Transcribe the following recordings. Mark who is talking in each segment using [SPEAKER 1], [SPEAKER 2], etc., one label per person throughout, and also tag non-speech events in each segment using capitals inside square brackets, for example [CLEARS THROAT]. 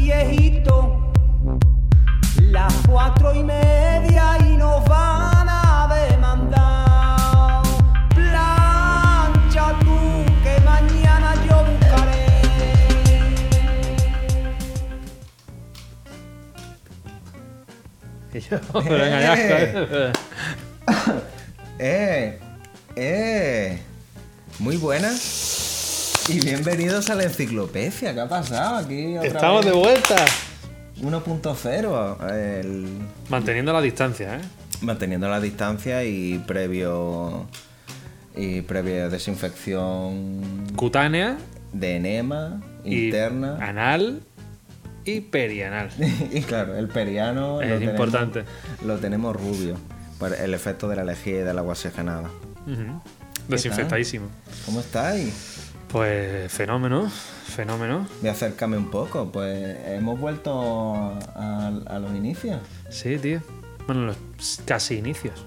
[SPEAKER 1] viejito, las cuatro y media y nos van a demandar. Plancha tú que mañana yo buscaré.
[SPEAKER 2] Pero engañaste.
[SPEAKER 3] [LAUGHS] Eh, eh, muy buenas y bienvenidos a la enciclopedia. ¿Qué ha pasado aquí? otra
[SPEAKER 2] Estamos de
[SPEAKER 3] vez?
[SPEAKER 2] vuelta.
[SPEAKER 3] 1.0, el-
[SPEAKER 2] Manteniendo la distancia, ¿eh?
[SPEAKER 3] manteniendo la distancia y previo y previa desinfección
[SPEAKER 2] Cutánea
[SPEAKER 3] de enema
[SPEAKER 2] y
[SPEAKER 3] interna
[SPEAKER 2] anal y perianal.
[SPEAKER 3] [LAUGHS] y, claro, el periano
[SPEAKER 2] Es
[SPEAKER 3] lo tenemos-
[SPEAKER 2] importante.
[SPEAKER 3] lo tenemos rubio por el efecto de la lejía y del agua oxigenada.
[SPEAKER 2] Ujú. Desinfectadísimo.
[SPEAKER 3] ¿Cómo estáis?
[SPEAKER 2] Pues fenómeno, fenómeno.
[SPEAKER 3] Voy a acercarme un poco, pues hemos vuelto a, a los inicios.
[SPEAKER 2] Sí, tío. Bueno, los casi inicios.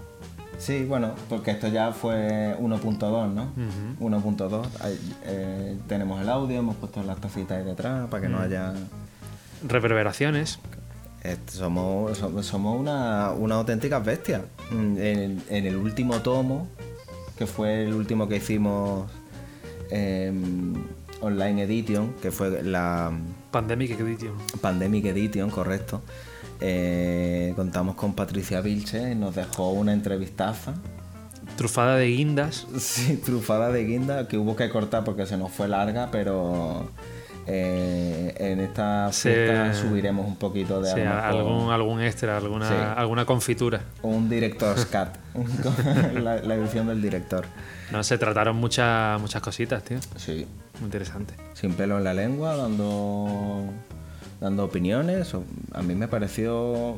[SPEAKER 3] Sí, bueno, porque esto ya fue 1.2, ¿no? 1.2. Ahí, eh, tenemos el audio, hemos puesto las tacitas ahí detrás para que
[SPEAKER 2] Mm.
[SPEAKER 3] no haya...
[SPEAKER 2] Reverberaciones.
[SPEAKER 3] Eh, Somos, somos, somos una, una auténtica bestia. Mm, En, el- en el último tomo, que fue el último que hicimos em, online edition, que fue la,
[SPEAKER 2] Pandemic Edition.
[SPEAKER 3] Pandemic Edition, correcto. Eh, contamos con Patricia Vilche y nos dejó una entrevistaza. [LAUGHS]
[SPEAKER 2] Trufada de guindas.
[SPEAKER 3] Sí, trufada de guinda, que hubo que cortar porque se nos fue larga, pero eh, en esta
[SPEAKER 2] Se-
[SPEAKER 3] fiesta subiremos un poquito de
[SPEAKER 2] Sí,
[SPEAKER 3] a lo mejor
[SPEAKER 2] algún, algún extra, alguna,
[SPEAKER 3] Sí.
[SPEAKER 2] alguna confitura.
[SPEAKER 3] un director scat, [LAUGHS] la, la edición del director.
[SPEAKER 2] No, se trataron muchas, muchas cositas, tío.
[SPEAKER 3] Sí,
[SPEAKER 2] Muy interesante.
[SPEAKER 3] sin pelo en la lengua, dando, dando opiniones. o- A mí me pareció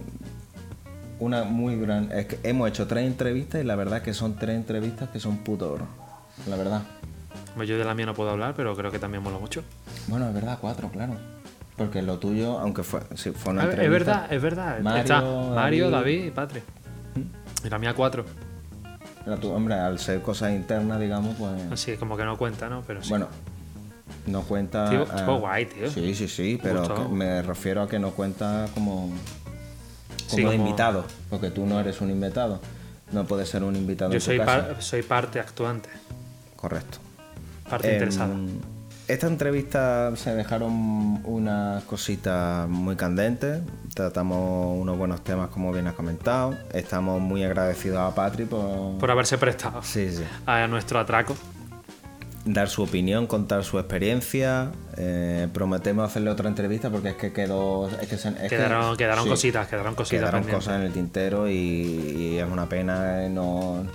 [SPEAKER 3] una muy gran... Es que hemos hecho tres entrevistas y la verdad que son tres entrevistas que son puto oro. La verdad.
[SPEAKER 2] Hombre, Yo de la mía no puedo hablar, pero creo que también mola mucho.
[SPEAKER 3] Bueno, es verdad, cuatro, claro. Porque lo tuyo, aunque fue, sí, fue una
[SPEAKER 2] A ver,
[SPEAKER 3] entrevista...
[SPEAKER 2] Es verdad, es verdad.
[SPEAKER 3] Mario,
[SPEAKER 2] Está Mario,
[SPEAKER 3] David.
[SPEAKER 2] David y Patri. Y la mía cuatro.
[SPEAKER 3] La tu- hombre, al ser cosas internas, digamos, pues...
[SPEAKER 2] Así es como que no cuenta, ¿no? Pero sí.
[SPEAKER 3] Bueno, no cuenta...
[SPEAKER 2] Tío,
[SPEAKER 3] eh,
[SPEAKER 2] estuvo guay, tío.
[SPEAKER 3] Sí, sí, sí, pero
[SPEAKER 2] gustó.
[SPEAKER 3] que- me refiero a que no cuenta como...
[SPEAKER 2] Sí,
[SPEAKER 3] como de
[SPEAKER 2] como-
[SPEAKER 3] invitado, porque tú no eres un invitado. No puedes ser un invitado
[SPEAKER 2] Yo
[SPEAKER 3] en este tu
[SPEAKER 2] soy,
[SPEAKER 3] casa.
[SPEAKER 2] par- soy parte actuante,
[SPEAKER 3] Correcto.
[SPEAKER 2] parte
[SPEAKER 3] Em,
[SPEAKER 2] interesada.
[SPEAKER 3] Esta entrevista se dejaron unas cositas muy candentes. Tratamos unos buenos temas, como bien has comentado. Estamos muy agradecidos a Patri por,
[SPEAKER 2] Por haberse prestado
[SPEAKER 3] Sí, sí.
[SPEAKER 2] a nuestro atraco.
[SPEAKER 3] dar su opinión, contar su experiencia. Eh, prometemos hacerle otra entrevista porque es que quedó. Es que se- es que-
[SPEAKER 2] Quedaron, quedaron
[SPEAKER 3] sí.
[SPEAKER 2] cositas, quedaron cositas
[SPEAKER 3] quedaron
[SPEAKER 2] pendientes.
[SPEAKER 3] cosas en el tintero y, y es una pena eh, no,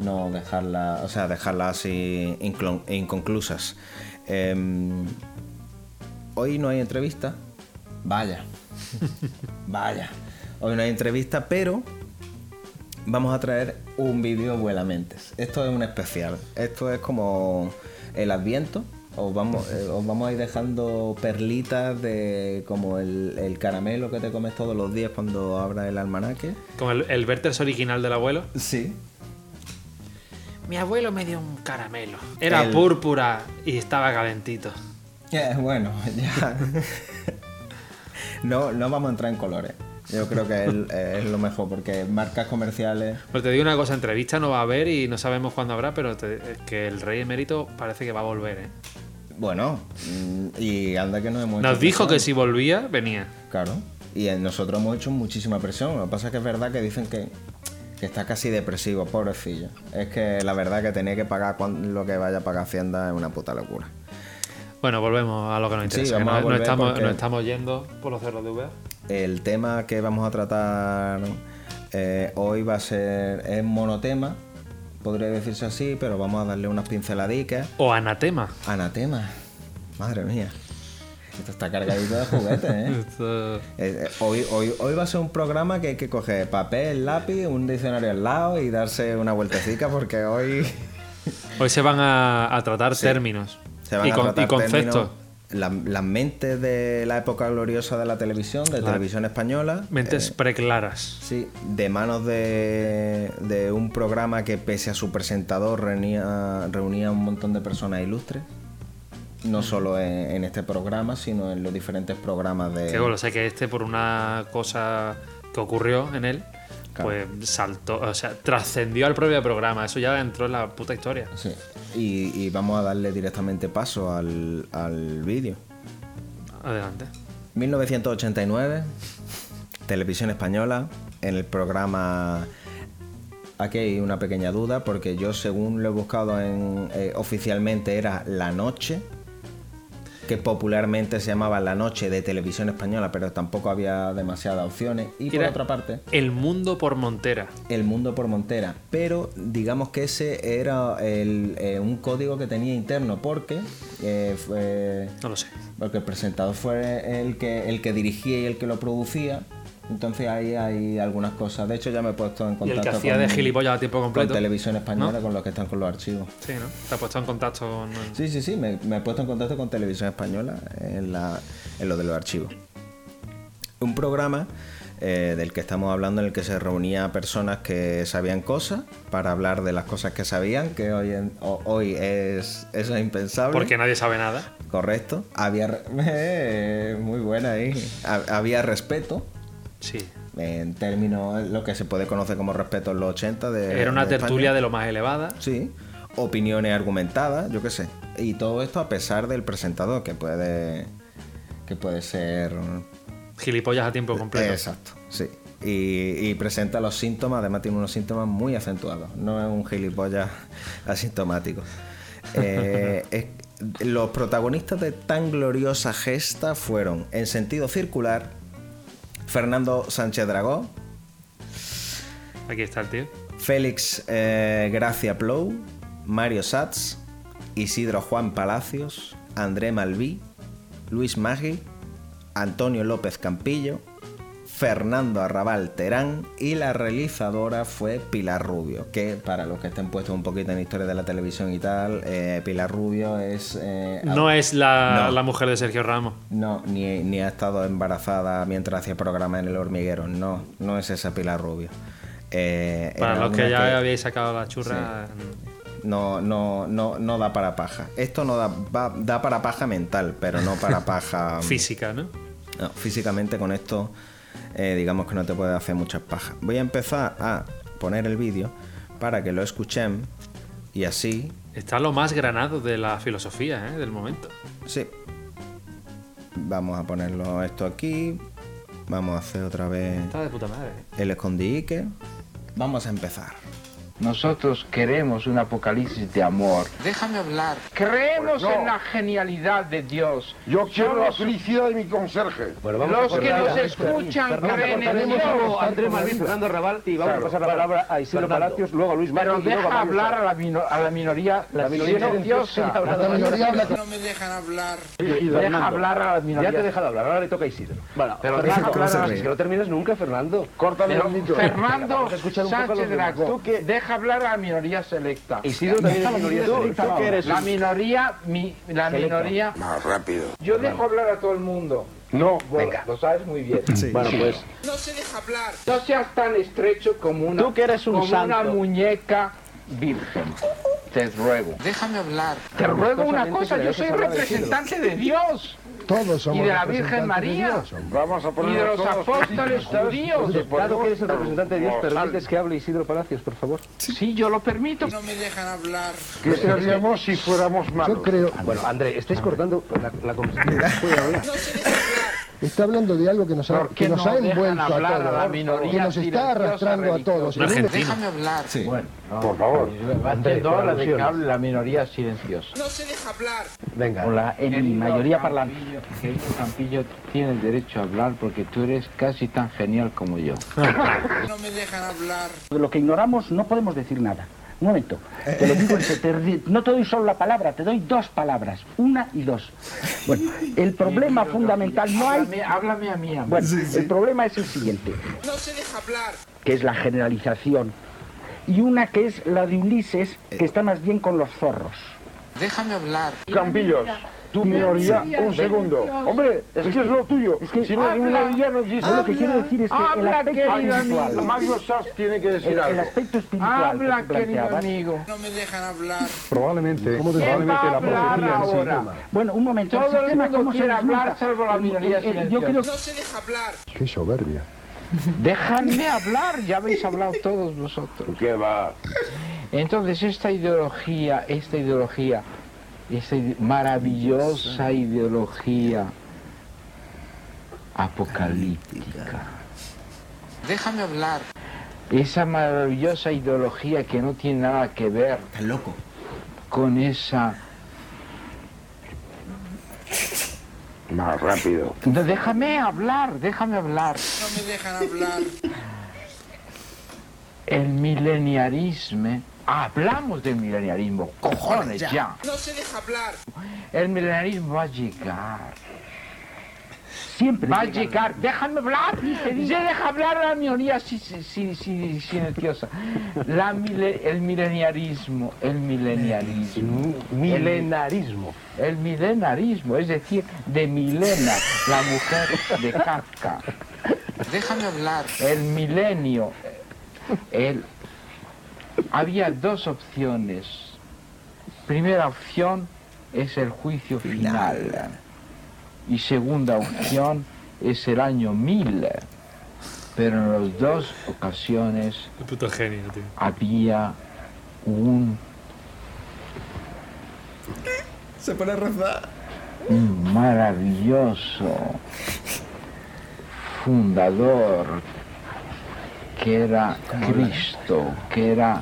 [SPEAKER 3] no dejarla, o sea, dejarlas así inclon- e inconclusas. Em, hoy no hay entrevista. Vaya. [LAUGHS] Vaya. Hoy no hay entrevista, pero vamos a traer un vídeo vuelamentes. Esto es un especial. Esto es como el adviento. Os vamos, eh, os vamos a ir dejando perlitas de como el, el caramelo que te comes todos los días cuando abras el almanaque.
[SPEAKER 2] Con el, el Verters original del abuelo.
[SPEAKER 3] Sí.
[SPEAKER 2] Mi abuelo me dio un caramelo. Era
[SPEAKER 3] El-
[SPEAKER 2] púrpura y estaba calentito.
[SPEAKER 3] bueno, [LAUGHS] ya. no, no vamos a entrar en colores. Yo creo que es, es lo mejor porque marcas comerciales
[SPEAKER 2] Pero te digo una cosa, entrevista no va a haber y no sabemos cuándo habrá, pero te- es que el rey emérito parece que va a volver, ¿eh?
[SPEAKER 3] Bueno, mm, y anda que nos hemos
[SPEAKER 2] Nos
[SPEAKER 3] hecho
[SPEAKER 2] dijo que
[SPEAKER 3] presión.
[SPEAKER 2] si volvía, venía.
[SPEAKER 3] Claro. Y eh, nosotros hemos hecho muchísima presión. Lo que pasa es que es verdad que dicen que, que está casi depresivo, pobrecillo. Es que la verdad que tenía que pagar cuan- lo que vaya a pagar Hacienda es una puta locura.
[SPEAKER 2] Bueno, volvemos a lo que nos
[SPEAKER 3] Sí,
[SPEAKER 2] interesa. que
[SPEAKER 3] vamos
[SPEAKER 2] no,
[SPEAKER 3] a
[SPEAKER 2] no
[SPEAKER 3] volver
[SPEAKER 2] estamos,
[SPEAKER 3] porque-
[SPEAKER 2] no estamos yendo por los cerros de V.
[SPEAKER 3] El tema que vamos a tratar eh, hoy va a ser. es monotema, podría decirse así, pero vamos a darle unas pinceladicas.
[SPEAKER 2] O anatema.
[SPEAKER 3] Anatema. Madre mía. Esto está cargadito de juguetes, ¿eh?
[SPEAKER 2] Esto-
[SPEAKER 3] Eh, eh, Hoy, hoy, hoy va a ser un programa que hay que coger papel, lápiz, un diccionario al lado y darse una vueltecita porque hoy
[SPEAKER 2] Hoy se van a, a tratar términos
[SPEAKER 3] se van
[SPEAKER 2] y,
[SPEAKER 3] a
[SPEAKER 2] con-
[SPEAKER 3] tratar
[SPEAKER 2] y conceptos.
[SPEAKER 3] términos, la- Las mentes de la época gloriosa de la televisión, de
[SPEAKER 2] La-
[SPEAKER 3] televisión española.
[SPEAKER 2] Mentes preclaras.
[SPEAKER 3] Sí, de manos de, de un programa que pese a su presentador reunía, reunía un montón de personas ilustres. no solo en, en este programa, sino en los diferentes programas de...
[SPEAKER 2] Que bueno, sé que este por una cosa que ocurrió en él,
[SPEAKER 3] Claro.
[SPEAKER 2] pues saltó, o sea, trascendió al propio programa. Eso ya entró en la puta historia.
[SPEAKER 3] Sí. Y, y vamos a darle directamente paso al, al vídeo.
[SPEAKER 2] Adelante.
[SPEAKER 3] 1989, Televisión Española, en el programa... Aquí hay una pequeña duda porque yo según lo he buscado en, eh, oficialmente era La Noche, que popularmente se llamaba La Noche de Televisión Española, pero tampoco había demasiadas opciones. Y por
[SPEAKER 2] Era-
[SPEAKER 3] otra parte...
[SPEAKER 2] El mundo por Montera.
[SPEAKER 3] El mundo por Montera, pero digamos que ese era el, eh, un código que tenía interno porque, eh, fue-
[SPEAKER 2] No lo sé.
[SPEAKER 3] porque el presentador fue el que, el que dirigía y el que lo producía. Entonces ahí hay algunas cosas. De hecho ya me he puesto en
[SPEAKER 2] Y el
[SPEAKER 3] contacto
[SPEAKER 2] que hacía
[SPEAKER 3] con,
[SPEAKER 2] de gilipollas a tiempo
[SPEAKER 3] con
[SPEAKER 2] completo.
[SPEAKER 3] Televisión Española, con los que están con los archivos.
[SPEAKER 2] Sí, ¿no? Te ha puesto en contacto con.
[SPEAKER 3] Sí, sí, sí, me, me he puesto en contacto con Televisión Española en, la, en lo de los archivos. Un programa eh, del que estamos hablando en el que se reunía personas que sabían cosas para hablar de las cosas que sabían, que hoy, en- o- hoy es, eso es impensable.
[SPEAKER 2] Porque nadie sabe nada.
[SPEAKER 3] Correcto. Había... re- [LAUGHS] eh, muy buena ahí. Ha- había respeto.
[SPEAKER 2] Sí.
[SPEAKER 3] En términos, lo que se puede conocer como respeto Eh, en los 80 de...
[SPEAKER 2] Era una
[SPEAKER 3] de España.
[SPEAKER 2] tertulia de lo más elevada.
[SPEAKER 3] Sí, opiniones argumentadas, yo qué sé. Y todo esto a pesar del presentador, que puede. que puede ser.
[SPEAKER 2] Gilipollas a tiempo completo.
[SPEAKER 3] Eh, Exacto, sí. Y, y presenta los síntomas, además tiene unos síntomas muy acentuados. No es un gilipollas [LAUGHS] asintomático. Eh, es- los protagonistas de tan gloriosa gesta fueron, en sentido circular, Fernando Sánchez Dragó,
[SPEAKER 2] Aquí está el tío.
[SPEAKER 3] Félix eh, Gracia Plou, Mario Satz, Isidro Juan Palacios, André Malví, Luis Maggi, Antonio López Campillo, Fernando Arrabal Terán y la realizadora fue Pilar Rubio, que para los que estén puestos un poquito en historia de la televisión y tal, eh, Pilar Rubio es... eh,
[SPEAKER 2] No es la,
[SPEAKER 3] No.
[SPEAKER 2] la mujer de Sergio Ramos.
[SPEAKER 3] no, ni, ni ha estado embarazada mientras hacía programa en el hormiguero, no, no es esa Pilar Rubio. Eh,
[SPEAKER 2] Para
[SPEAKER 3] era
[SPEAKER 2] los
[SPEAKER 3] una
[SPEAKER 2] que ya habéis sacado la churra.
[SPEAKER 3] no, no, no, no da para paja. Esto no da, va- da para paja mental, pero no para paja mm,
[SPEAKER 2] Física, ¿no?
[SPEAKER 3] No, físicamente con esto, eh, digamos que no te puede hacer muchas pajas. Voy a empezar a poner el vídeo para que lo escuchen y así,
[SPEAKER 2] Está lo más granado de la filosofía, ¿eh? Del momento.
[SPEAKER 3] sí. Vamos a ponerlo esto aquí. Vamos a hacer otra vez
[SPEAKER 2] Está de puta madre.
[SPEAKER 3] el escondique. Vamos a empezar.
[SPEAKER 4] Nosotros queremos un apocalipsis de amor.
[SPEAKER 5] Déjame hablar.
[SPEAKER 4] Creemos
[SPEAKER 6] Pues no.
[SPEAKER 4] en la genialidad de Dios.
[SPEAKER 6] Yo quiero la
[SPEAKER 4] Somos-
[SPEAKER 6] felicidad de mi conserje.
[SPEAKER 4] Los que nos escuchan creen en Dios.
[SPEAKER 7] Andrés Malvin, Fernando Raval y vamos a pasar la palabra a Isidro Palacios, luego a Luis
[SPEAKER 4] Pero
[SPEAKER 7] Martín y luego a
[SPEAKER 4] deja
[SPEAKER 7] Mario
[SPEAKER 4] hablar
[SPEAKER 7] Sáenz.
[SPEAKER 4] a la, mino- a la minoría la
[SPEAKER 7] minoría silenciosa.
[SPEAKER 6] La mayoría habla con-
[SPEAKER 5] No me dejan hablar.
[SPEAKER 4] Deja
[SPEAKER 7] Fernando.
[SPEAKER 4] hablar a la minoría.
[SPEAKER 7] Ya te he dejado hablar, ahora le toca a Isidro. Bueno,
[SPEAKER 4] Pero
[SPEAKER 7] Fernando,
[SPEAKER 4] deja hablar a la-
[SPEAKER 7] es que no terminas nunca, Fernando.
[SPEAKER 6] Córtale
[SPEAKER 4] Pero
[SPEAKER 6] el micro.
[SPEAKER 4] Fernando
[SPEAKER 7] Vamos a escuchar un poco a los
[SPEAKER 4] Sánchez
[SPEAKER 7] demás.
[SPEAKER 4] Dragó,
[SPEAKER 7] ¿Tú qué?
[SPEAKER 4] deja hablar a la minoría selecta.
[SPEAKER 7] Isidro también es minoría selecta.
[SPEAKER 6] tú que
[SPEAKER 4] La minoría, mi- la minoría.
[SPEAKER 5] Más rápido.
[SPEAKER 4] Yo dejo hablar a todo el mundo.
[SPEAKER 6] No,
[SPEAKER 4] Venga. Lo sabes muy bien.
[SPEAKER 7] Bueno, pues
[SPEAKER 5] No se deja hablar.
[SPEAKER 4] No seas tan estrecho como una,
[SPEAKER 7] Tú que eres un
[SPEAKER 4] como
[SPEAKER 7] santo.
[SPEAKER 4] una muñeca virgen. Te ruego.
[SPEAKER 5] Déjame hablar.
[SPEAKER 4] Te ruego una cosa, yo
[SPEAKER 7] dejes
[SPEAKER 4] soy
[SPEAKER 7] hablar de
[SPEAKER 4] representante de Dios
[SPEAKER 6] todos somos.
[SPEAKER 4] y de la
[SPEAKER 6] representantes
[SPEAKER 4] Virgen María
[SPEAKER 6] Vamos a
[SPEAKER 4] y
[SPEAKER 6] poner
[SPEAKER 4] de
[SPEAKER 6] a
[SPEAKER 4] los
[SPEAKER 6] todos.
[SPEAKER 4] apóstoles judíos.
[SPEAKER 7] dado que eres el representante de Dios,
[SPEAKER 6] No,
[SPEAKER 7] permites que hable Isidro Palacios, por favor.
[SPEAKER 4] Sí, yo lo permito.
[SPEAKER 5] No me dejan hablar.
[SPEAKER 6] ¿Qué seríamos si fuéramos malos?
[SPEAKER 8] Yo creo,
[SPEAKER 7] Bueno, André, estáis cortando la, la conversación. Puede hablar.
[SPEAKER 8] está hablando de algo que nos ha,
[SPEAKER 4] ¿Por qué
[SPEAKER 8] que nos
[SPEAKER 4] no
[SPEAKER 8] ha
[SPEAKER 4] dejan
[SPEAKER 8] envuelto a
[SPEAKER 4] hablar a la
[SPEAKER 8] todos,
[SPEAKER 4] minoría
[SPEAKER 8] que nos está
[SPEAKER 4] silenciosa
[SPEAKER 8] arrastrando a todos.
[SPEAKER 2] Una argentina.
[SPEAKER 5] Déjame hablar.
[SPEAKER 3] Sí.
[SPEAKER 6] Por favor.
[SPEAKER 4] Ante todo, la de que hable la minoría silenciosa.
[SPEAKER 5] No se deja hablar.
[SPEAKER 7] Venga.
[SPEAKER 4] en mi mayoría parlamentarios Querido Campillo, tienes derecho a hablar porque tú eres casi tan genial como yo.
[SPEAKER 5] No me dejan hablar.
[SPEAKER 9] De lo que ignoramos no podemos decir nada. Un momento, te lo digo en serio, te re- no te doy solo la palabra, te doy dos palabras, una y dos. Bueno, el problema fundamental no hay...
[SPEAKER 4] Háblame, háblame a mí, amigo.
[SPEAKER 9] Bueno, el problema es el siguiente,
[SPEAKER 5] No se deja hablar.
[SPEAKER 9] que es la generalización, y una que es la de Ulises, que está más bien con los zorros.
[SPEAKER 5] Déjame hablar.
[SPEAKER 6] Campillos, Tu minoría, un segundo. Hombre, es que es lo tuyo. si no, ninguna minoría no existe.
[SPEAKER 9] Yo lo que quiero decir es que el
[SPEAKER 4] Habla,
[SPEAKER 9] aspecto
[SPEAKER 4] querido
[SPEAKER 9] espiritual,
[SPEAKER 4] amigo.
[SPEAKER 6] Mario Sass tiene que
[SPEAKER 9] el,
[SPEAKER 6] decir
[SPEAKER 9] el
[SPEAKER 6] algo.
[SPEAKER 9] aspecto espiritual que
[SPEAKER 4] Habla, querido
[SPEAKER 9] tú planteabas,
[SPEAKER 4] amigo.
[SPEAKER 5] No me dejan hablar.
[SPEAKER 10] Probablemente,
[SPEAKER 8] ¿Cómo te-
[SPEAKER 10] probablemente la
[SPEAKER 4] ¿Quién va a hablar
[SPEAKER 10] profecía del
[SPEAKER 4] ahora?
[SPEAKER 10] sistema.
[SPEAKER 9] Bueno, un momento.
[SPEAKER 4] Todo el
[SPEAKER 9] sistema,
[SPEAKER 4] mundo
[SPEAKER 9] ¿cómo se
[SPEAKER 4] quiere
[SPEAKER 9] desmonta?
[SPEAKER 4] hablar, salvo la
[SPEAKER 9] El-
[SPEAKER 4] minoría
[SPEAKER 9] el- el- Yo
[SPEAKER 4] silenciosa.
[SPEAKER 9] creo
[SPEAKER 5] No se deja hablar.
[SPEAKER 10] Qué soberbia.
[SPEAKER 4] Déjame hablar, ya habéis hablado todos vosotros.
[SPEAKER 6] ¿Qué va?
[SPEAKER 4] Entonces esta ideología, esta ideología, esta ide- maravillosa ideología apocalíptica,
[SPEAKER 5] Déjame hablar.
[SPEAKER 4] esa maravillosa ideología que no tiene nada que ver
[SPEAKER 3] Estás loco.
[SPEAKER 4] con esa...
[SPEAKER 6] Más rápido.
[SPEAKER 4] No, déjame hablar, déjame hablar.
[SPEAKER 5] No me dejan hablar.
[SPEAKER 4] El mileniarismo, hablamos del mileniarismo, cojones ya.
[SPEAKER 5] No se deja hablar.
[SPEAKER 4] El milenarismo va a llegar.
[SPEAKER 9] Siempre.
[SPEAKER 4] Va a
[SPEAKER 9] llega.
[SPEAKER 4] llegar. Déjame hablar. Ya deja hablar a la minoría si- si- si- si- silenciosa. La mile- el mileniarismo. El mileniarismo.
[SPEAKER 7] Milenarismo.
[SPEAKER 4] El milenarismo. Es decir, de Milena, la mujer de Kafka.
[SPEAKER 5] Déjame hablar.
[SPEAKER 4] El milenio. El... Había dos opciones. Primera opción es el juicio final. Y segunda opción es el año 1000. Pero en las dos ocasiones
[SPEAKER 2] Qué puto genio, tío.
[SPEAKER 4] había un,
[SPEAKER 3] Se pone a rezar.
[SPEAKER 4] un maravilloso fundador que era Cristo, que era,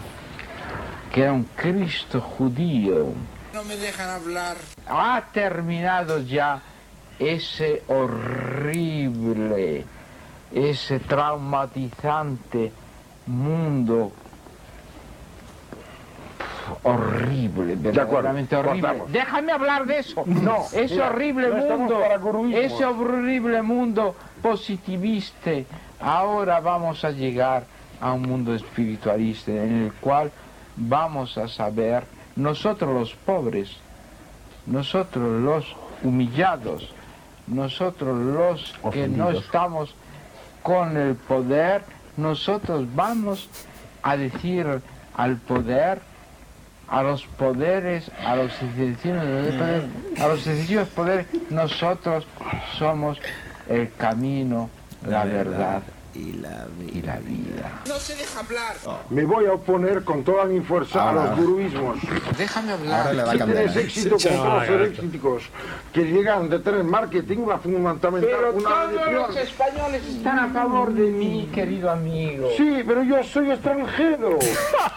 [SPEAKER 4] que era un Cristo judío.
[SPEAKER 5] No me dejan hablar.
[SPEAKER 4] ha terminado ya ese horrible, ese traumatizante mundo Pf, horrible, verdaderamente horrible.
[SPEAKER 6] cortamos.
[SPEAKER 4] Déjame hablar de eso. No, ese
[SPEAKER 6] mira,
[SPEAKER 4] horrible
[SPEAKER 6] no estamos
[SPEAKER 4] mundo,
[SPEAKER 6] para guruismos.
[SPEAKER 4] ese horrible mundo positivista. Ahora vamos a llegar a un mundo espiritualista en el cual vamos a saber nosotros los pobres nosotros los humillados, nosotros los que no estamos con el poder, nosotros vamos a decir al poder, a los poderes, a los ejercicios de poder, a los ejercicios de poder, nosotros somos el camino, la verdad
[SPEAKER 3] Y la vida.
[SPEAKER 4] y la vida.
[SPEAKER 5] No se deja hablar.
[SPEAKER 6] Me voy a oponer con toda mi fuerza a los guruismos.
[SPEAKER 5] Déjame
[SPEAKER 3] Ahora
[SPEAKER 5] hablar.
[SPEAKER 6] [LAUGHS]
[SPEAKER 3] le va a cambiar.
[SPEAKER 6] Tienes
[SPEAKER 3] ¿eh?
[SPEAKER 6] éxito
[SPEAKER 2] Se
[SPEAKER 6] con
[SPEAKER 2] echaba
[SPEAKER 6] todos
[SPEAKER 2] la
[SPEAKER 6] los
[SPEAKER 2] garganta.
[SPEAKER 6] éxitos que llegan de tener marketing, una fundamental,
[SPEAKER 4] Pero
[SPEAKER 6] una
[SPEAKER 4] todos los
[SPEAKER 6] religión.
[SPEAKER 4] españoles están a favor de mí, querido amigo.
[SPEAKER 6] Sí, pero yo soy extranjero.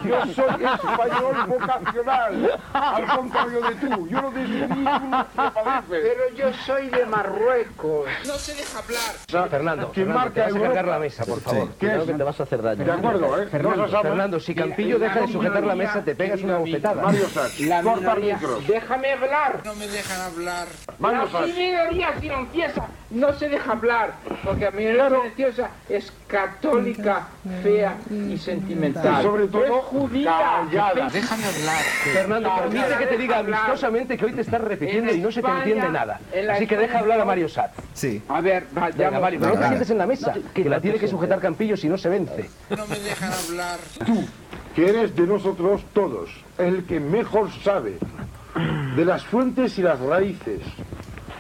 [SPEAKER 6] Yo soy español vocacional. Al contrario de tú. Yo no decidí uno que padece.
[SPEAKER 4] Pero yo soy de Marruecos.
[SPEAKER 5] No se deja hablar.
[SPEAKER 7] Fernando,
[SPEAKER 6] ¿Quién
[SPEAKER 7] Fernando, te
[SPEAKER 6] marca
[SPEAKER 7] vas a
[SPEAKER 6] Europa?
[SPEAKER 7] cargar la mesa, por favor. Cuidado que te vas a hacer daño.
[SPEAKER 6] De acuerdo, ¿eh?
[SPEAKER 7] Fernando,
[SPEAKER 6] No se sabe.
[SPEAKER 7] Fernando, si Campillo deja de sujetar la mesa, te pegas una bofetada.
[SPEAKER 6] Mario Sachs,
[SPEAKER 4] La
[SPEAKER 6] corta
[SPEAKER 4] minoría,
[SPEAKER 6] micros.
[SPEAKER 4] déjame hablar.
[SPEAKER 5] No me dejan hablar.
[SPEAKER 6] Mario
[SPEAKER 4] la
[SPEAKER 6] Sachs.
[SPEAKER 4] minoría silenciosa no se deja hablar, porque la minoría silenciosa es católica, fea y sentimental.
[SPEAKER 6] Y sobre todo,
[SPEAKER 4] es judía.
[SPEAKER 6] callada.
[SPEAKER 5] Déjame hablar.
[SPEAKER 7] Fernando, permite que te diga
[SPEAKER 4] Hablar.
[SPEAKER 7] amistosamente que hoy te estás repitiendo y no se te
[SPEAKER 4] España,
[SPEAKER 7] entiende nada.
[SPEAKER 4] en la
[SPEAKER 7] Así que deja
[SPEAKER 4] España-
[SPEAKER 7] hablar a Mario Satz.
[SPEAKER 3] Sí.
[SPEAKER 4] A ver, vayamos.
[SPEAKER 7] Venga, Mario, pero no te
[SPEAKER 3] venga.
[SPEAKER 7] sientes en la mesa, que la tiene que sujetar Campillo si no se vence.
[SPEAKER 5] No me dejan hablar.
[SPEAKER 4] Pues,
[SPEAKER 6] que eres de nosotros todos, el que mejor sabe de las fuentes y las raíces,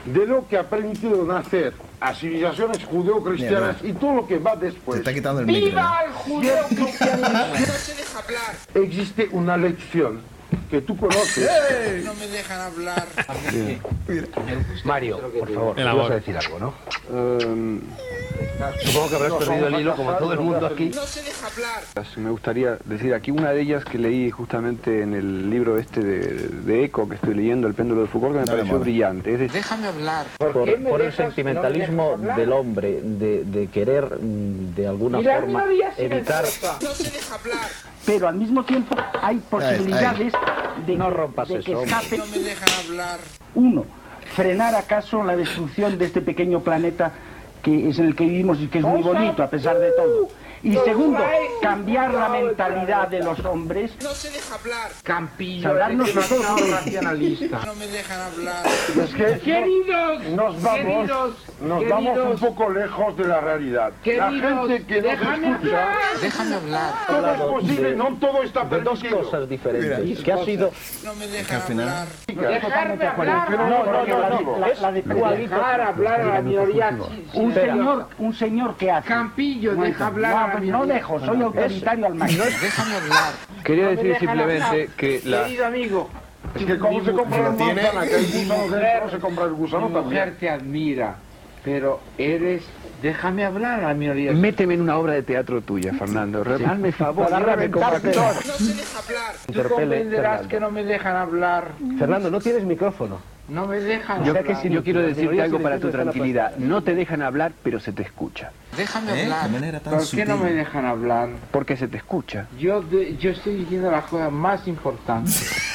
[SPEAKER 6] de lo que ha permitido nacer a civilizaciones judeocristianas y todo lo que va
[SPEAKER 3] Se
[SPEAKER 6] después.
[SPEAKER 3] está quitando el micro. ¿eh?
[SPEAKER 4] ¡Viva el judío cristianismo!
[SPEAKER 5] No se deja hablar.
[SPEAKER 6] Existe una lección que tú
[SPEAKER 3] ¡Eh!
[SPEAKER 6] conoces.
[SPEAKER 5] No me dejan hablar.
[SPEAKER 7] Mario, por favor, tú
[SPEAKER 2] El
[SPEAKER 7] vas
[SPEAKER 2] amor.
[SPEAKER 7] a decir algo, ¿no?
[SPEAKER 6] Em,
[SPEAKER 7] Supongo que habrás
[SPEAKER 6] No,
[SPEAKER 7] perdido
[SPEAKER 6] somos
[SPEAKER 7] el hilo como todo el mundo aquí.
[SPEAKER 5] No se deja hablar.
[SPEAKER 10] Me gustaría decir aquí una de ellas que leí justamente en el libro este de, de Eco que estoy leyendo, El péndulo de Foucault, que me
[SPEAKER 3] No le
[SPEAKER 10] pareció
[SPEAKER 3] mola.
[SPEAKER 10] brillante. Es decir,
[SPEAKER 5] Déjame hablar.
[SPEAKER 4] qué me dejas- no me dejas hablar?
[SPEAKER 7] hombre de, de querer mm, de alguna
[SPEAKER 4] Y la minoría silenciosa.
[SPEAKER 5] No se deja hablar.
[SPEAKER 9] Pero al mismo tiempo hay posibilidades de,
[SPEAKER 7] No rompas
[SPEAKER 9] de que
[SPEAKER 7] eso, hombre.
[SPEAKER 9] escape
[SPEAKER 5] No me dejan hablar.
[SPEAKER 9] Uno, frenar acaso la destrucción de este pequeño planeta que es en el que vivimos y que es muy bonito a pesar de todo. Y segundo, cambiar la mentalidad de los hombres.
[SPEAKER 5] No se deja hablar.
[SPEAKER 4] Campillo,
[SPEAKER 9] Salvarnos
[SPEAKER 4] eres demasiado
[SPEAKER 9] nosotros.
[SPEAKER 4] racionalista.
[SPEAKER 5] No me dejan hablar.
[SPEAKER 6] Es que
[SPEAKER 4] Queridos,
[SPEAKER 6] nos vamos,
[SPEAKER 4] queridos,
[SPEAKER 6] nos
[SPEAKER 4] queridos,
[SPEAKER 6] vamos un poco lejos de la realidad. La
[SPEAKER 4] queridos,
[SPEAKER 6] gente que nos
[SPEAKER 4] déjame
[SPEAKER 6] escucha,
[SPEAKER 4] hablar.
[SPEAKER 5] Déjame hablar.
[SPEAKER 6] todo es posible, no todo está
[SPEAKER 7] De dos
[SPEAKER 6] permitido.
[SPEAKER 7] cosas diferentes. Que ha sido
[SPEAKER 5] No me dejan
[SPEAKER 3] al final-
[SPEAKER 5] hablar.
[SPEAKER 4] Dejarme hablar.
[SPEAKER 6] Pero no, no,
[SPEAKER 9] Porque
[SPEAKER 6] no,
[SPEAKER 9] la
[SPEAKER 6] no.
[SPEAKER 9] de- la- la de-
[SPEAKER 4] Dejar hablar a la minoría. sin- sin-
[SPEAKER 9] Un señor, un señor que hace.
[SPEAKER 4] Campillo,
[SPEAKER 9] Un momento.
[SPEAKER 4] deja hablar a la
[SPEAKER 9] No,
[SPEAKER 4] minoría. pues,
[SPEAKER 9] no dejo, soy autoritario al máximo.
[SPEAKER 5] Déjame hablar.
[SPEAKER 10] Quería
[SPEAKER 4] No me
[SPEAKER 10] decir
[SPEAKER 4] dejan
[SPEAKER 10] simplemente
[SPEAKER 4] hablar.
[SPEAKER 10] que la,
[SPEAKER 4] Querido amigo,
[SPEAKER 6] Es que cómo se compra el manzana, que hay gusanos dentro, se compra el
[SPEAKER 4] tu
[SPEAKER 6] gusano también.
[SPEAKER 4] mujer te admira, pero eres... Déjame hablar a la minoría.
[SPEAKER 10] Méteme en una obra de teatro tuya, Fernando. Re- Hazme favor,
[SPEAKER 7] Para
[SPEAKER 10] llévame como
[SPEAKER 7] reventarte.
[SPEAKER 10] actor.
[SPEAKER 5] No se deja hablar.
[SPEAKER 4] Tú comprenderás que no me dejan hablar.
[SPEAKER 7] Fernando, no tienes micrófono.
[SPEAKER 4] No me dejan
[SPEAKER 10] Yo,
[SPEAKER 4] hablar.
[SPEAKER 10] yo quiero
[SPEAKER 7] Las
[SPEAKER 10] decirte
[SPEAKER 7] minorías
[SPEAKER 10] algo
[SPEAKER 7] silenciosas
[SPEAKER 10] para tu
[SPEAKER 7] están
[SPEAKER 10] tranquilidad.
[SPEAKER 7] aplastadas.
[SPEAKER 10] No te dejan hablar, pero se te escucha.
[SPEAKER 5] Déjame
[SPEAKER 3] ¿Eh?
[SPEAKER 5] hablar.
[SPEAKER 3] De manera tan
[SPEAKER 4] ¿Por qué no me
[SPEAKER 3] sutil.
[SPEAKER 4] dejan hablar?
[SPEAKER 10] Porque se te escucha.
[SPEAKER 4] Yo, de- yo estoy diciendo las cosas más importantes.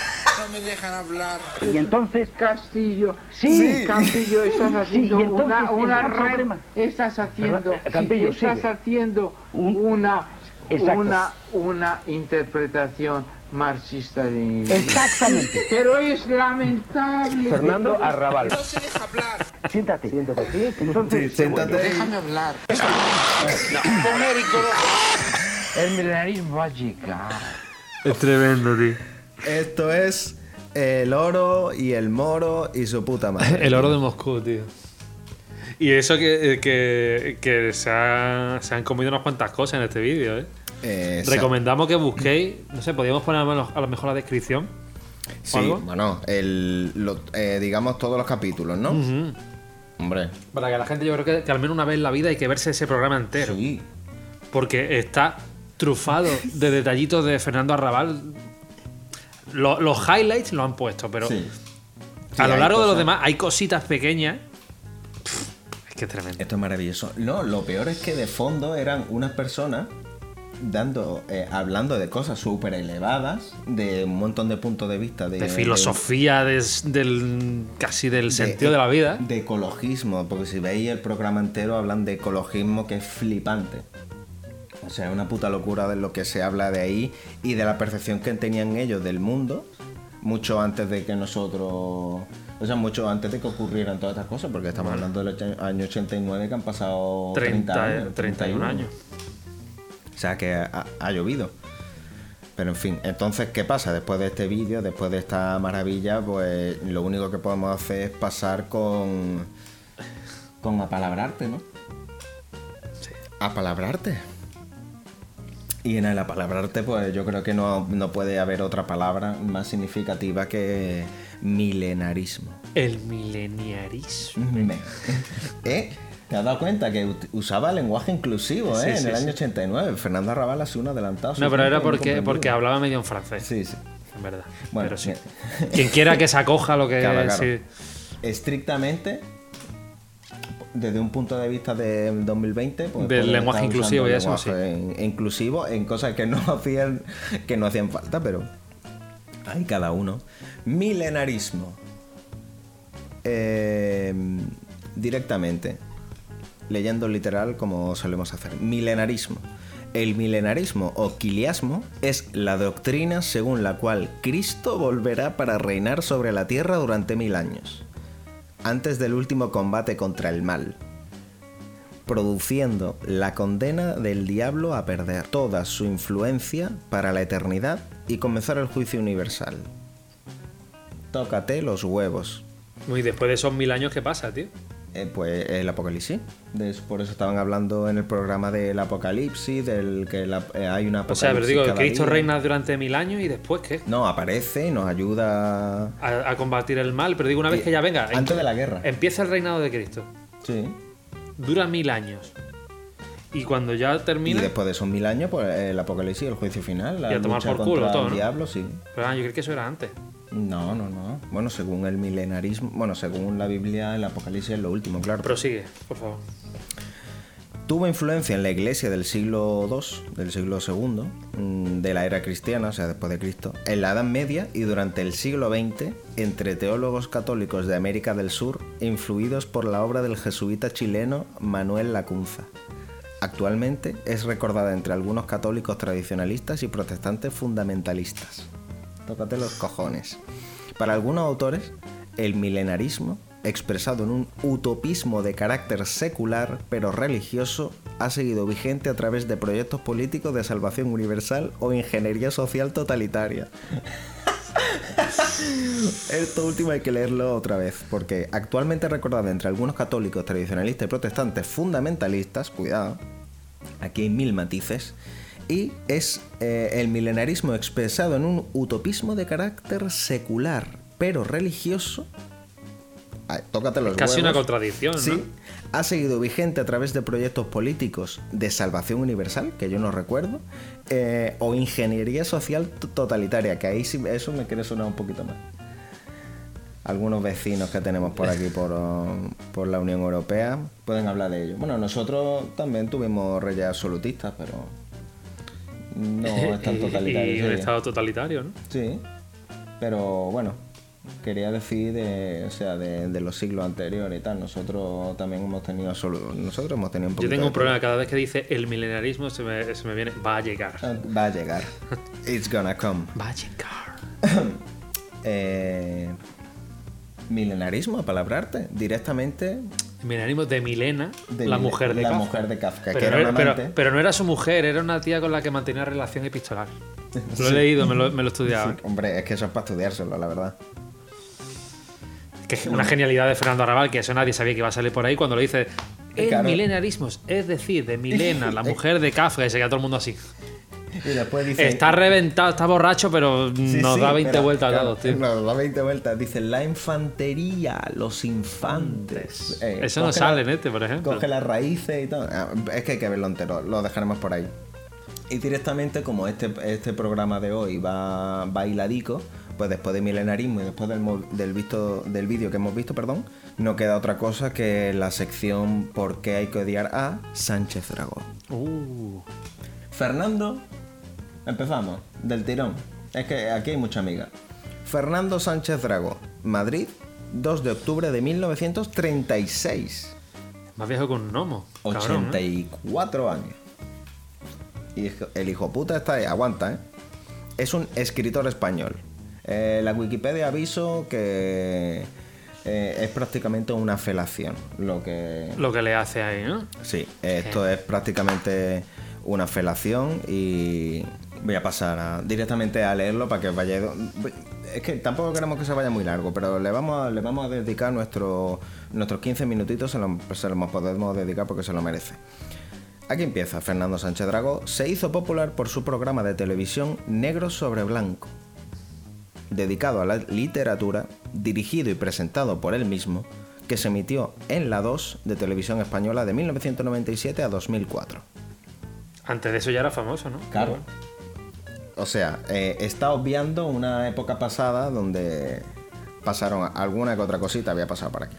[SPEAKER 5] No me dejan hablar.
[SPEAKER 9] Y entonces,
[SPEAKER 4] Castillo,
[SPEAKER 9] Sí.
[SPEAKER 4] Castillo, estás haciendo
[SPEAKER 9] y entonces
[SPEAKER 4] una, una
[SPEAKER 9] tendrá
[SPEAKER 4] red-
[SPEAKER 9] problema.
[SPEAKER 4] estás haciendo,
[SPEAKER 7] Ra- Campillo,
[SPEAKER 4] estás
[SPEAKER 7] sigue.
[SPEAKER 4] haciendo
[SPEAKER 9] Un-
[SPEAKER 4] una,
[SPEAKER 9] Exacto.
[SPEAKER 4] una, una interpretación marxista de
[SPEAKER 9] exactamente,
[SPEAKER 4] Pero es lamentable.
[SPEAKER 7] Fernando Arrabal.
[SPEAKER 5] No se deja hablar.
[SPEAKER 9] siéntate.
[SPEAKER 7] Siéntate aquí.
[SPEAKER 3] Sí, Siéntate.
[SPEAKER 5] Déjame hablar.
[SPEAKER 9] [LAUGHS]
[SPEAKER 4] El milenarismo va a llegar.
[SPEAKER 2] Es tremendo, tío.
[SPEAKER 3] Esto es el oro y el moro y su puta madre.
[SPEAKER 2] [LAUGHS] El oro de Moscú, tío. Y eso que, eh, que, que se, ha- se han comido unas cuantas cosas en este vídeo, ¿eh?
[SPEAKER 3] Eh, sa-
[SPEAKER 2] Recomendamos que busquéis, no sé, podríamos poner a lo mejor- a lo mejor la descripción.
[SPEAKER 3] Sí,
[SPEAKER 2] algo.
[SPEAKER 3] bueno, el, lo- eh, digamos todos los capítulos, ¿no? Hombre.
[SPEAKER 2] Para que la gente, yo creo que, que al menos una vez en la vida hay que verse ese programa entero.
[SPEAKER 3] Sí.
[SPEAKER 2] Porque está trufado de detallitos de Fernando Arrabal. Lo- los highlights lo han puesto, pero
[SPEAKER 3] Sí. Sí,
[SPEAKER 2] a lo
[SPEAKER 3] hay
[SPEAKER 2] largo de los
[SPEAKER 3] cosas.
[SPEAKER 2] demás hay cositas pequeñas. Pff, Es que es tremendo.
[SPEAKER 3] Esto es maravilloso. No, lo peor es que de fondo eran unas personas dando, eh, hablando de cosas súper elevadas, de un montón de puntos de vista. De,
[SPEAKER 2] De filosofía, de s- del, casi del sentido de la vida.
[SPEAKER 3] De ecologismo, porque si veis el programa entero hablan de ecologismo que es flipante. O sea, es una puta locura de lo que se habla de ahí y de la percepción que tenían ellos del mundo mucho antes de que nosotros... O sea, mucho antes de que ocurrieran todas estas cosas, porque estamos hablando del ocho- año 89 que han pasado 30,
[SPEAKER 2] 30,
[SPEAKER 3] años.
[SPEAKER 2] 31 años.
[SPEAKER 3] O sea, que ha, ha llovido. Pero en fin, entonces, ¿qué pasa? Después de este vídeo, después de esta maravilla, pues lo único que podemos hacer es pasar con. con apalabrarte, ¿no? Apalabrarte. Y en el apalabrarte, pues yo creo que no, no puede haber otra palabra más significativa que milenarismo.
[SPEAKER 2] El mileniarismo.
[SPEAKER 3] Me- ¿Eh? ¿Te has dado cuenta que ut- usaba lenguaje inclusivo,
[SPEAKER 2] Sí,
[SPEAKER 3] eh?
[SPEAKER 2] sí,
[SPEAKER 3] en el
[SPEAKER 2] sí.
[SPEAKER 3] año 89. Fernando Arrabal ha sido un adelantado.
[SPEAKER 2] No, pero era porque,
[SPEAKER 3] incomprendido.
[SPEAKER 2] porque hablaba medio en francés.
[SPEAKER 3] Sí, sí.
[SPEAKER 2] En verdad.
[SPEAKER 3] Bueno,
[SPEAKER 2] pero sí.
[SPEAKER 3] bien.
[SPEAKER 2] Quien quiera que se acoja lo que
[SPEAKER 3] Claro, claro.
[SPEAKER 2] sí.
[SPEAKER 3] Estrictamente, desde un punto de vista de 2020, pues,
[SPEAKER 2] Del
[SPEAKER 3] pueden
[SPEAKER 2] lenguaje
[SPEAKER 3] estar
[SPEAKER 2] inclusivo
[SPEAKER 3] usando
[SPEAKER 2] y eso, sí.
[SPEAKER 3] lenguaje in- Inclusivo en cosas que no [LAUGHS] hacían, que no hacían falta, pero hay cada uno. Milenarismo. Eh, directamente, leyendo literal como solemos hacer. Milenarismo. El milenarismo o quiliasmo es la doctrina según la cual Cristo volverá para reinar sobre la tierra durante mil años, antes del último combate contra el mal, produciendo la condena del diablo a perder toda su influencia para la eternidad y comenzar el juicio universal. Tócate los huevos.
[SPEAKER 2] Uy, después de esos mil años, ¿qué pasa, tío?
[SPEAKER 3] Eh, pues el apocalipsis. De eso- por eso estaban hablando en el programa del apocalipsis, del que la- eh, hay una
[SPEAKER 2] O sea,
[SPEAKER 3] apocalipsis.
[SPEAKER 2] pero digo,
[SPEAKER 3] cada
[SPEAKER 2] Cristo
[SPEAKER 3] día.
[SPEAKER 2] reina durante mil años y después, ¿qué?
[SPEAKER 3] No, aparece y nos ayuda.
[SPEAKER 2] A, a combatir el mal, pero digo, una vez que ya venga. em,
[SPEAKER 3] Antes de la guerra.
[SPEAKER 2] Empieza el reinado de Cristo.
[SPEAKER 3] Sí.
[SPEAKER 2] Dura mil años. Y cuando ya
[SPEAKER 3] Y
[SPEAKER 2] termina.
[SPEAKER 3] después de esos mil años, pues el apocalipsis, el juicio final. La
[SPEAKER 2] Y a tomar
[SPEAKER 3] lucha
[SPEAKER 2] por
[SPEAKER 3] contra
[SPEAKER 2] culo todo,
[SPEAKER 3] el
[SPEAKER 2] ¿no?
[SPEAKER 3] diablo, sí.
[SPEAKER 2] Pero ah, yo creo que eso era antes.
[SPEAKER 3] No, no, no. Bueno, según el milenarismo, bueno, según la Biblia, el apocalipsis es lo último, claro.
[SPEAKER 2] Prosigue, por favor.
[SPEAKER 3] Tuvo influencia en la iglesia del siglo II, del siglo II, mm, de la era cristiana, o sea, después de Cristo, en la Edad Media y durante el siglo XX entre teólogos católicos de América del Sur, influidos por la obra del jesuita chileno Manuel Lacunza. Actualmente es recordada entre algunos católicos tradicionalistas y protestantes fundamentalistas. Tócate los cojones. Para algunos autores, el milenarismo, expresado en un utopismo de carácter secular pero religioso, ha seguido vigente a través de proyectos políticos de salvación universal o ingeniería social totalitaria. Esto último hay que leerlo otra vez, porque actualmente recordada entre algunos católicos tradicionalistas y protestantes fundamentalistas, cuidado, aquí hay mil matices, y es eh, el milenarismo expresado en un utopismo de carácter secular, pero religioso. Ay, tócate los
[SPEAKER 2] Casi una
[SPEAKER 3] huevos.
[SPEAKER 2] contradicción, ¿no?
[SPEAKER 3] pues, Sí, ha seguido vigente a través de proyectos políticos de salvación universal, que yo no recuerdo, eh, o ingeniería social t- totalitaria, que ahí sí, eso me quiere sonar un poquito más. Algunos vecinos que tenemos por aquí, por, [LAUGHS] um, por la Unión Europea, pueden hablar de ello. Bueno, nosotros también tuvimos reyes absolutistas, pero no es tan totalitario.
[SPEAKER 2] [LAUGHS] y un
[SPEAKER 3] sí.
[SPEAKER 2] estado totalitario, ¿no?
[SPEAKER 3] Sí, pero bueno, quería decir de, o sea, de, de los siglos anteriores y tal. Nosotros también hemos tenido solo, nosotros hemos tenido un
[SPEAKER 2] Yo
[SPEAKER 3] poquito
[SPEAKER 2] tengo
[SPEAKER 3] de
[SPEAKER 2] un problema, cada vez que dice el milenarismo se me, se me viene, va a llegar.
[SPEAKER 3] todo. Eh, Va a
[SPEAKER 2] [LAUGHS]
[SPEAKER 3] llegar. It's gonna come.
[SPEAKER 2] Va a llegar.
[SPEAKER 3] Eh, milenarismo, a palabrarte, directamente.
[SPEAKER 2] El milenarismo de Milena,
[SPEAKER 3] de
[SPEAKER 2] la
[SPEAKER 3] Mile-
[SPEAKER 2] mujer de
[SPEAKER 3] la
[SPEAKER 2] Kafka.
[SPEAKER 3] mujer de Kafka, que
[SPEAKER 2] Pero,
[SPEAKER 3] era
[SPEAKER 2] no
[SPEAKER 3] un
[SPEAKER 2] era, pero-
[SPEAKER 3] amante.
[SPEAKER 2] pero no era su mujer, era una tía con la que mantenía relación
[SPEAKER 3] [LAUGHS]
[SPEAKER 2] epistolar. Lo he
[SPEAKER 3] Sí.
[SPEAKER 2] leído, me lo, me lo he estudiado.
[SPEAKER 3] Sí, hombre, es que eso es para estudiárselo, la verdad.
[SPEAKER 2] Que es una genialidad de Fernando Arrabal, que eso nadie sabía que iba a salir por ahí cuando lo dice. El
[SPEAKER 3] Eh, Claro.
[SPEAKER 2] milenarismo, es decir, de
[SPEAKER 3] [LAUGHS]
[SPEAKER 2] Milena, la mujer de Kafka, y se queda todo el mundo así.
[SPEAKER 3] Y después dice. eh,
[SPEAKER 2] Está reventado, está borracho, pero
[SPEAKER 3] Sí,
[SPEAKER 2] nos
[SPEAKER 3] sí,
[SPEAKER 2] da 20
[SPEAKER 3] pero,
[SPEAKER 2] vueltas al
[SPEAKER 3] claro,
[SPEAKER 2] lado, tío.
[SPEAKER 3] Nos da 20 vueltas. Dice la infantería, los infantes. Eh,
[SPEAKER 2] Eso no
[SPEAKER 3] coge
[SPEAKER 2] sale
[SPEAKER 3] la-
[SPEAKER 2] en este, por ejemplo.
[SPEAKER 3] Coge las raíces y todo. Ah, Es que hay que verlo entero, lo dejaremos por ahí. Y directamente, como este, este programa de hoy va bailadico, pues después de milenarismo y después del, mo- del visto del vídeo que hemos visto, perdón, no queda otra cosa que la sección ¿Por qué hay que odiar a Sánchez Dragón?
[SPEAKER 2] Uh,
[SPEAKER 3] Fernando, empezamos, del tirón. Es que aquí hay mucha amiga. Fernando Sánchez Dragó, Madrid, 2 de octubre de 1936.
[SPEAKER 2] más viejo que un gnomo. cabrón, ¿eh?
[SPEAKER 3] 84 años. Y hijo- el hijo puta está ahí, aguanta, ¿eh? Es un escritor español. Eh, la Wikipedia aviso que eh, es prácticamente una felación lo que
[SPEAKER 2] Lo que le hace ahí, ¿no?
[SPEAKER 3] Sí, esto es prácticamente una felación y voy a pasar a- directamente a leerlo para que os vayáis... Es que tampoco queremos que se vaya muy largo, pero le vamos a, le vamos a dedicar nuestro, nuestros 15 minutitos, se lo, se lo podemos dedicar porque se lo merece. Aquí empieza Fernando Sánchez Dragó. Se hizo popular por su programa de televisión Negro sobre Blanco, dedicado a la literatura, dirigido y presentado por él mismo, que se emitió en la 2 de Televisión Española de 1997 a 2004.
[SPEAKER 2] Antes de eso ya era famoso, ¿no?
[SPEAKER 3] Claro. O sea, eh, está obviando una época pasada donde pasaron alguna que otra cosita había pasado para aquí.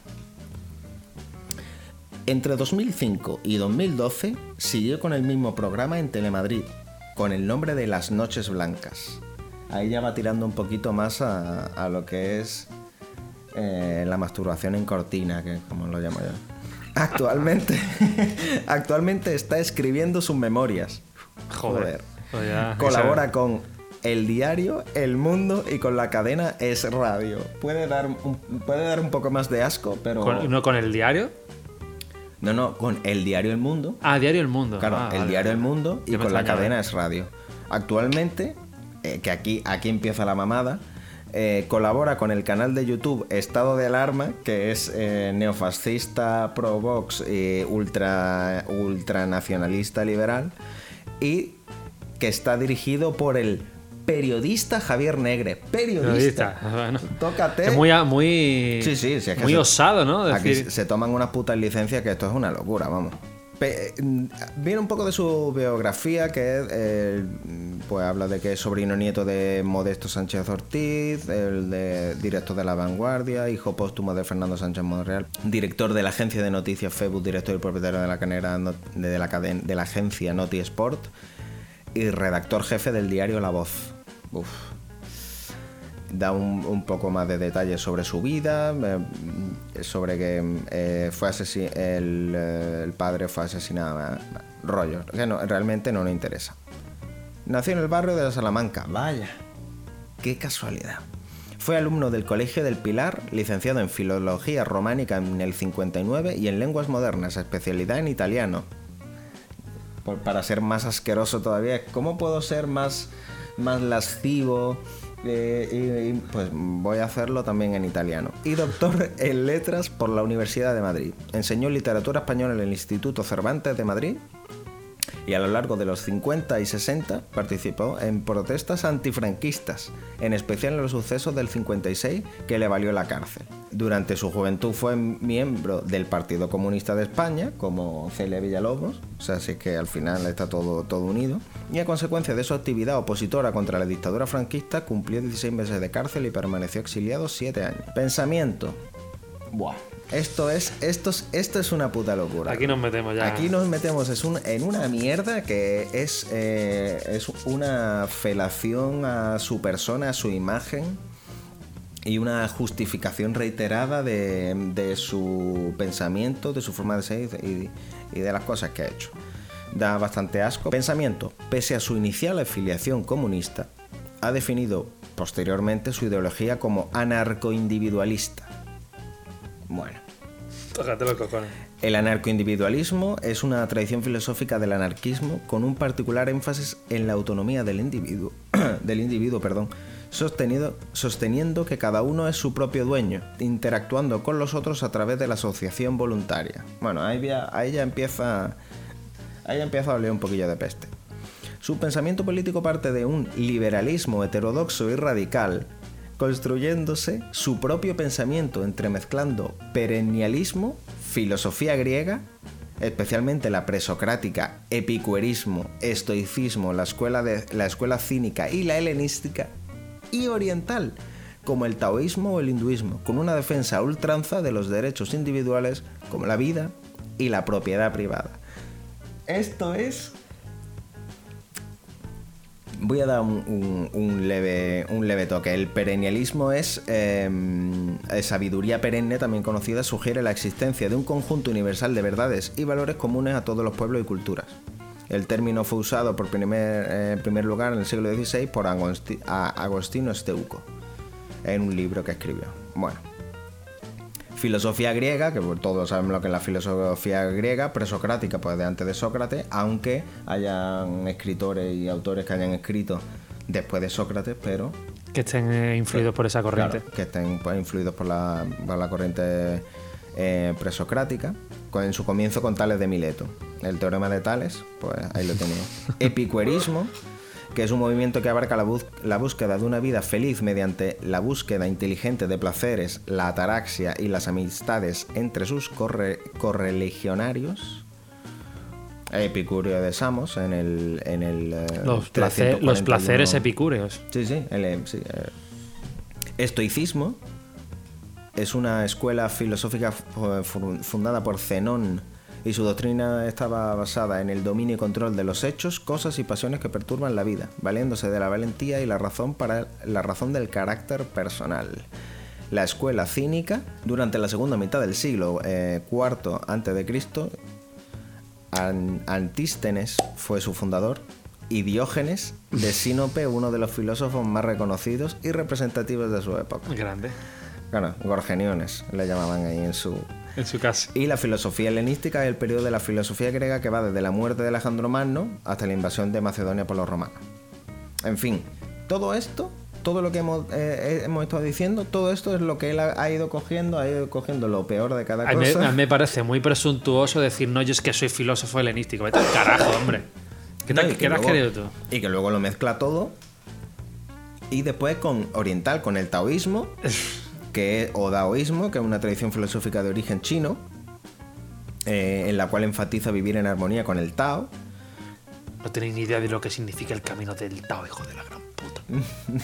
[SPEAKER 3] Entre 2005 y 2012 siguió con el mismo programa en Telemadrid, con el nombre de Las Noches Blancas. Ahí ya va tirando un poquito más a, a lo que es eh, la masturbación en cortina, que es como lo llamo yo. Actualmente, [LAUGHS] actualmente está escribiendo sus memorias.
[SPEAKER 2] Joder. Pues ya-
[SPEAKER 3] Colabora
[SPEAKER 2] esa-
[SPEAKER 3] con El Diario, El Mundo y con la cadena Es Radio. Puede dar un, puede dar un poco más de asco, pero...
[SPEAKER 2] con, no con el diario.
[SPEAKER 3] No, no, con El Diario El Mundo.
[SPEAKER 2] Ah, diario El Mundo.
[SPEAKER 3] Claro,
[SPEAKER 2] Ah,
[SPEAKER 3] El
[SPEAKER 2] vale.
[SPEAKER 3] Diario El Mundo y
[SPEAKER 2] Ya me
[SPEAKER 3] con la
[SPEAKER 2] extrañaba.
[SPEAKER 3] cadena Es Radio. Actualmente, eh, que aquí, aquí empieza la mamada, eh, colabora con el canal de YouTube Estado de Alarma, que es eh, neofascista, pro-vox, eh, ultra, ultranacionalista liberal, y que está dirigido por el periodista Javier Negre. Periodista.
[SPEAKER 2] Periodista. Bueno.
[SPEAKER 3] Tócate.
[SPEAKER 2] Es muy, a- muy,
[SPEAKER 3] Sí, sí, sí, es que
[SPEAKER 2] muy
[SPEAKER 3] se-
[SPEAKER 2] osado, ¿no?
[SPEAKER 3] Aquí
[SPEAKER 2] Decir,
[SPEAKER 3] se toman unas putas licencias que esto es una locura, vamos. Pe- mm, Viene un poco de su biografía, que es, eh, pues habla de que es sobrino nieto de Modesto Sánchez Ortiz, el de director de La Vanguardia, hijo póstumo de Fernando Sánchez Monreal, director de la agencia de noticias Facebook, director y propietario de la, canera no- de la, caden- de la agencia Noti Sport y redactor jefe del diario La Voz. Uf. da un, un poco más de detalles sobre su vida, eh, sobre que eh, fue asesi- el, eh, el padre fue asesinado, eh, rollo, que no, realmente no nos interesa. Nació en el barrio de la Salamanca, vaya, qué casualidad. Fue alumno del Colegio del Pilar, licenciado en Filología Románica en el 59 y en Lenguas Modernas, especialidad en italiano. Por- para ser más asqueroso todavía, ¿cómo puedo ser más, más lascivo? Eh, y- y, pues voy a hacerlo también en italiano. Y doctor en letras por la Universidad de Madrid. Enseñó literatura española en el Instituto Cervantes de Madrid y a lo largo de los 50 y 60 participó en protestas antifranquistas, en especial en los sucesos del 56 que le valió la cárcel. Durante su juventud fue miembro del Partido Comunista de España, como Celia Villalobos, o sea, así que al final está todo, todo unido, y a consecuencia de su actividad opositora contra la dictadura franquista cumplió 16 meses de cárcel y permaneció exiliado 7 años. Pensamiento. Buah. Esto es, esto es, esto es una puta locura.
[SPEAKER 2] Aquí nos metemos ya.
[SPEAKER 3] Aquí nos metemos es un- en una mierda que es, eh, es una felación a su persona, a su imagen y una justificación reiterada de, de su pensamiento, de su forma de ser y, y de las cosas que ha hecho. Da bastante asco. Pensamiento, pese a su inicial afiliación comunista, ha definido posteriormente su ideología como anarcoindividualista. Bueno.
[SPEAKER 2] Tócate los cojones.
[SPEAKER 3] El anarcoindividualismo es una tradición filosófica del anarquismo con un particular énfasis en la autonomía del individuo, [CLEARS THROAT] del individuo, perdón, sostenido, sosteniendo que cada uno es su propio dueño, interactuando con los otros a través de la asociación voluntaria. Bueno, ahí ya, ahí ya empieza, ahí ya empieza a oler un poquillo de peste. Su pensamiento político parte de un liberalismo heterodoxo y radical, construyéndose su propio pensamiento entremezclando perennialismo, filosofía griega, especialmente la presocrática, epicuerismo, estoicismo, la escuela, de, la escuela cínica y la helenística, y oriental, como el taoísmo o el hinduismo, con una defensa a ultranza de los derechos individuales como la vida y la propiedad privada. Esto es voy a dar un, un- un leve, un leve toque. El perennialismo es eh, sabiduría perenne, también conocida, sugiere la existencia de un conjunto universal de verdades y valores comunes a todos los pueblos y culturas. El término fue usado por primer, eh, en primer lugar en el siglo XVI por Agosti- a- Agostino Esteuco, en un libro que escribió. Bueno, filosofía griega, que bueno, todos sabemos lo que es la filosofía griega, presocrática, pues de antes de Sócrates, aunque hayan escritores y autores que hayan escrito después de Sócrates, pero
[SPEAKER 2] Que estén eh, influidos por esa corriente.
[SPEAKER 3] Claro, que estén pues, influidos por la, por la corriente eh, presocrática. Con, en su comienzo con Tales de Mileto. El teorema de Tales, pues ahí lo
[SPEAKER 2] [LAUGHS]
[SPEAKER 3] tenemos. Epicuerismo, que es un movimiento que abarca la, bus- la búsqueda de una vida feliz mediante la búsqueda inteligente de placeres, la ataraxia y las amistades entre sus corre- correligionarios. Epicurio de Samos en el. En el eh,
[SPEAKER 2] Los, place- los
[SPEAKER 3] 341.
[SPEAKER 2] placeres epicúreos.
[SPEAKER 3] Sí, sí, el, eh, sí, eh. Estoicismo es una escuela filosófica fu- fu- fundada por Zenón y su doctrina estaba basada en el dominio y control de los hechos, cosas y pasiones que perturban la vida, valiéndose de la valentía y la razón para la razón del carácter personal. La escuela cínica, durante la segunda mitad del siglo eh, IV antes de Cristo, An- Antístenes fue su fundador y Diógenes de Sinope, uno de los filósofos más reconocidos y representativos de su época.
[SPEAKER 2] Grande.
[SPEAKER 3] Bueno, Gorgeniones le llamaban ahí en su...
[SPEAKER 2] En su casa.
[SPEAKER 3] Y la filosofía helenística es el periodo de la filosofía griega que va desde la muerte de Alejandro Magno hasta la invasión de Macedonia por los romanos. En fin, todo esto, todo lo que hemos, eh, hemos estado diciendo, todo esto es lo que él ha, ha ido cogiendo, ha ido cogiendo lo peor de cada
[SPEAKER 2] A mí,
[SPEAKER 3] cosa.
[SPEAKER 2] a mí me parece muy presuntuoso decir, no, yo es que soy filósofo helenístico. Vete al carajo, hombre. ¿Qué te,
[SPEAKER 3] No, y
[SPEAKER 2] qué te has
[SPEAKER 3] luego-
[SPEAKER 2] querido tú?
[SPEAKER 3] Y que luego lo mezcla todo. Y después con oriental, con el
[SPEAKER 2] [LAUGHS]
[SPEAKER 3] taoísmo, que es, o daoísmo, que es una tradición filosófica de origen chino, eh, en la cual enfatiza vivir en armonía con el Tao. [LAUGHS]
[SPEAKER 2] No tenéis ni idea de lo que significa el camino del Tao, hijo de la gran puta.
[SPEAKER 3] Mm.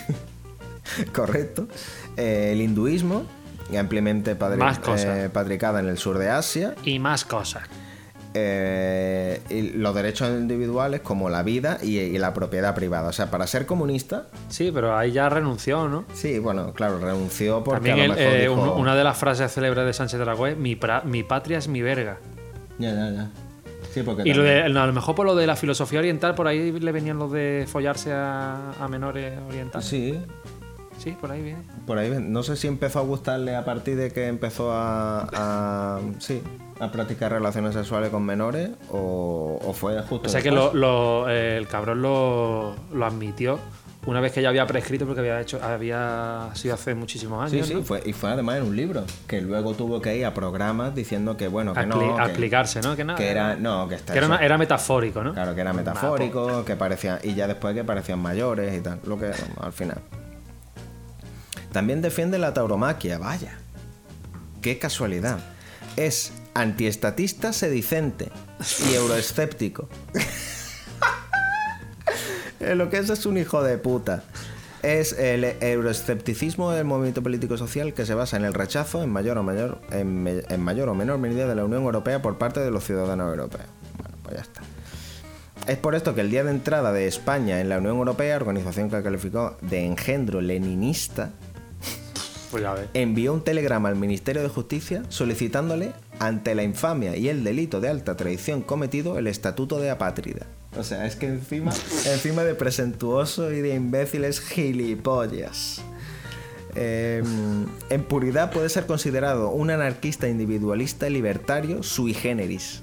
[SPEAKER 3] Correcto. Eh, el hinduismo, ampliamente padri-
[SPEAKER 2] Más cosas.
[SPEAKER 3] eh, patricada en el sur de Asia.
[SPEAKER 2] Y más cosas.
[SPEAKER 3] eh, y los derechos individuales como la vida y, y la propiedad privada. O sea, para ser comunista.
[SPEAKER 2] Sí, pero ahí ya renunció, ¿no?
[SPEAKER 3] Sí, bueno, claro, renunció porque
[SPEAKER 2] También
[SPEAKER 3] a lo
[SPEAKER 2] el-
[SPEAKER 3] mejor
[SPEAKER 2] eh,
[SPEAKER 3] dijo-
[SPEAKER 2] un- una de las frases célebres de Sánchez Dragüe, mi, pra- mi patria es mi verga.
[SPEAKER 3] Ya, ya, ya. Sí, porque
[SPEAKER 2] Y lo
[SPEAKER 3] también-
[SPEAKER 2] de- a lo mejor por lo de la filosofía oriental, por ahí le venían los de follarse a, a menores orientales.
[SPEAKER 3] Sí.
[SPEAKER 2] Sí, por ahí viene.
[SPEAKER 3] Por ahí, ven- no sé si empezó a gustarle a partir de que empezó a, a- sí, a practicar relaciones sexuales con menores o, o fue justo
[SPEAKER 2] O sea que
[SPEAKER 3] después.
[SPEAKER 2] lo- lo- eh, el cabrón lo, lo admitió una vez que ya había prescrito porque había hecho había sido hace muchísimos
[SPEAKER 3] Sí,
[SPEAKER 2] años.
[SPEAKER 3] sí,
[SPEAKER 2] ¿no?
[SPEAKER 3] fue, y fue además en un libro, que luego tuvo que ir a programas diciendo que bueno, que
[SPEAKER 2] A
[SPEAKER 3] no,
[SPEAKER 2] cli- a
[SPEAKER 3] que-
[SPEAKER 2] explicarse, ¿no? Que nada,
[SPEAKER 3] era,
[SPEAKER 2] era-
[SPEAKER 3] no, que está
[SPEAKER 2] que era
[SPEAKER 3] eso.
[SPEAKER 2] una- era metafórico, ¿no?
[SPEAKER 3] Claro, que era metafórico, que parecían, y ya después que parecían mayores y tal, lo que al final. También defiende la tauromaquia, vaya. Qué casualidad. Es antiestatista sedicente y euroescéptico. [LAUGHS] Eh, lo que es es un hijo de puta. Es el euroescepticismo del movimiento político social que se basa en el rechazo en mayor o mayor, en, me- en mayor o menor medida de la Unión Europea por parte de los ciudadanos europeos. Bueno, pues ya está. Es por esto que el día de entrada de España en la Unión Europea, organización que calificó de engendro leninista,
[SPEAKER 2] Pues ya ves.
[SPEAKER 3] envió un telegrama al Ministerio de Justicia solicitándole, ante la infamia y el delito de alta traición cometido, el estatuto de apátrida. O sea, es que encima, encima de presentuoso y de imbéciles gilipollas. Eh, en puridad puede ser considerado un anarquista individualista libertario sui generis.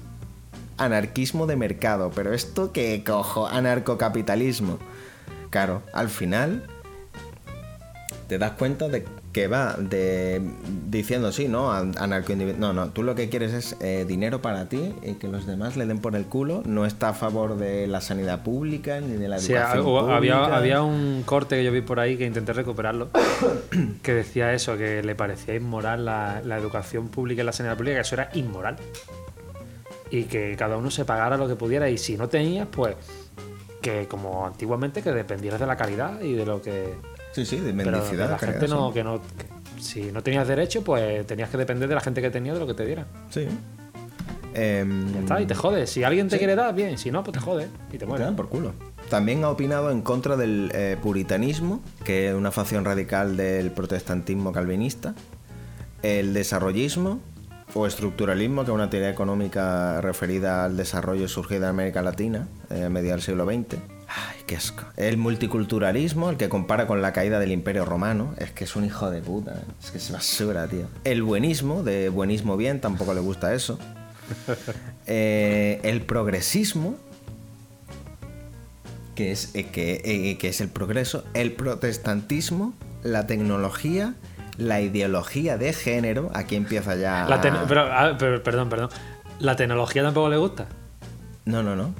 [SPEAKER 3] Anarquismo de mercado, pero esto que cojo, anarcocapitalismo. Claro, al final te das cuenta de que va de diciendo sí, no, An- anarcoindividu- No, no, tú lo que quieres es eh, dinero para ti y que los demás le den por el culo. No está a favor de la sanidad pública ni de la
[SPEAKER 2] Sí,
[SPEAKER 3] educación.
[SPEAKER 2] hubo- había,
[SPEAKER 3] pública.
[SPEAKER 2] había un corte que yo vi por ahí que intenté recuperarlo, [COUGHS] que decía eso, que le parecía inmoral la, la educación pública y la sanidad pública, que eso era inmoral. Y que cada uno se pagara lo que pudiera y si no tenías, pues que como antiguamente que dependieras de la calidad y de lo que...
[SPEAKER 3] Sí, sí, de
[SPEAKER 2] pero
[SPEAKER 3] mendicidad.
[SPEAKER 2] que la
[SPEAKER 3] caridad,
[SPEAKER 2] gente no,
[SPEAKER 3] sí.
[SPEAKER 2] que no... que si no tenías derecho, pues tenías que depender de la gente que tenía de lo que te diera.
[SPEAKER 3] Sí. Em,
[SPEAKER 2] Ya está, y te jodes. Si alguien te quiere dar, bien. Si no, pues te jodes y te
[SPEAKER 3] Te
[SPEAKER 2] mueres.
[SPEAKER 3] dan por culo. También ha opinado en contra del eh, puritanismo, que es una facción radical del protestantismo calvinista, el desarrollismo o estructuralismo, que es una teoría económica referida al desarrollo surgida en América Latina eh, a mediados del siglo XX. Ay, qué asco. El multiculturalismo, el que compara con la caída del Imperio Romano, es que es un hijo de puta, eh. es que es basura, tío. El buenismo, de buenismo bien, tampoco le gusta eso. Eh, el progresismo, que es, eh, que, eh, que es el progreso, el protestantismo, la tecnología, la ideología de género, aquí empieza ya...
[SPEAKER 2] La te- pero, ah, pero- perdón, perdón. La tecnología tampoco le gusta.
[SPEAKER 3] No, no, no.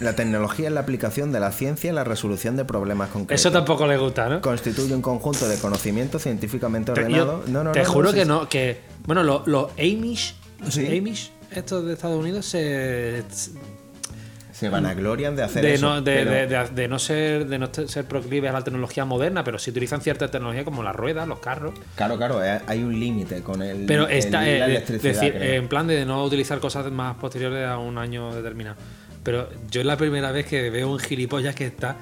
[SPEAKER 3] La tecnología es la aplicación de la ciencia y la resolución de problemas concretos.
[SPEAKER 2] Eso tampoco le gusta, ¿no?
[SPEAKER 3] Constituye un conjunto de conocimientos científicamente
[SPEAKER 2] Pero yo
[SPEAKER 3] ordenado. No, no,
[SPEAKER 2] te
[SPEAKER 3] no,
[SPEAKER 2] juro
[SPEAKER 3] sí,
[SPEAKER 2] que
[SPEAKER 3] sí.
[SPEAKER 2] no, que. Bueno, lo- los Amish. Los
[SPEAKER 3] Sí.
[SPEAKER 2] Amish, estos de Estados Unidos, se.
[SPEAKER 3] Se vanaglorian de hacer
[SPEAKER 2] De
[SPEAKER 3] eso,
[SPEAKER 2] no, de,
[SPEAKER 3] pero-
[SPEAKER 2] de- de- de no ser de no te- ser proclives a la tecnología moderna, pero sí utilizan cierta tecnología como las ruedas, los carros.
[SPEAKER 3] Claro, claro, eh, hay un límite con el.
[SPEAKER 2] Pero
[SPEAKER 3] el-
[SPEAKER 2] está, eh,
[SPEAKER 3] la
[SPEAKER 2] de-
[SPEAKER 3] electricidad,
[SPEAKER 2] decir,
[SPEAKER 3] creo.
[SPEAKER 2] eh, en plan de no utilizar cosas más posteriores a un año determinado. Pero yo es la primera vez que veo un gilipollas que está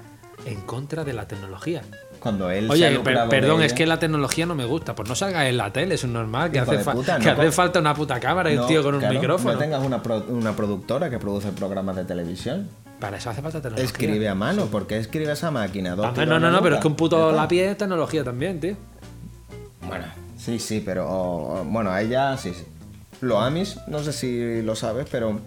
[SPEAKER 2] en contra de la tecnología.
[SPEAKER 3] Cuando él se ha
[SPEAKER 2] Oye, per-
[SPEAKER 3] lucrado de
[SPEAKER 2] perdón,
[SPEAKER 3] ella.
[SPEAKER 2] es que la tecnología no me gusta. Pues no salgas en la tele, eso es normal. Que,
[SPEAKER 3] Hijo
[SPEAKER 2] hace,
[SPEAKER 3] de
[SPEAKER 2] fa-
[SPEAKER 3] puta,
[SPEAKER 2] que
[SPEAKER 3] no
[SPEAKER 2] hace
[SPEAKER 3] co-
[SPEAKER 2] falta una puta cámara y
[SPEAKER 3] No,
[SPEAKER 2] un tío con un
[SPEAKER 3] claro,
[SPEAKER 2] micrófono.
[SPEAKER 3] No tengas una, pro- una productora que produce programas de televisión.
[SPEAKER 2] Para eso hace falta tecnología.
[SPEAKER 3] Escribe a mano, porque escribe a esa máquina? Dos
[SPEAKER 2] Vamos,
[SPEAKER 3] tiros
[SPEAKER 2] Ah, no,
[SPEAKER 3] en la
[SPEAKER 2] no, no, pero
[SPEAKER 3] nuca.
[SPEAKER 2] es que un
[SPEAKER 3] Ya
[SPEAKER 2] puto
[SPEAKER 3] está.
[SPEAKER 2] lápiz es tecnología también, tío.
[SPEAKER 3] Bueno, sí, sí, pero. o- o- bueno, a ella sí, sí. Los Amis, no sé si lo sabes, pero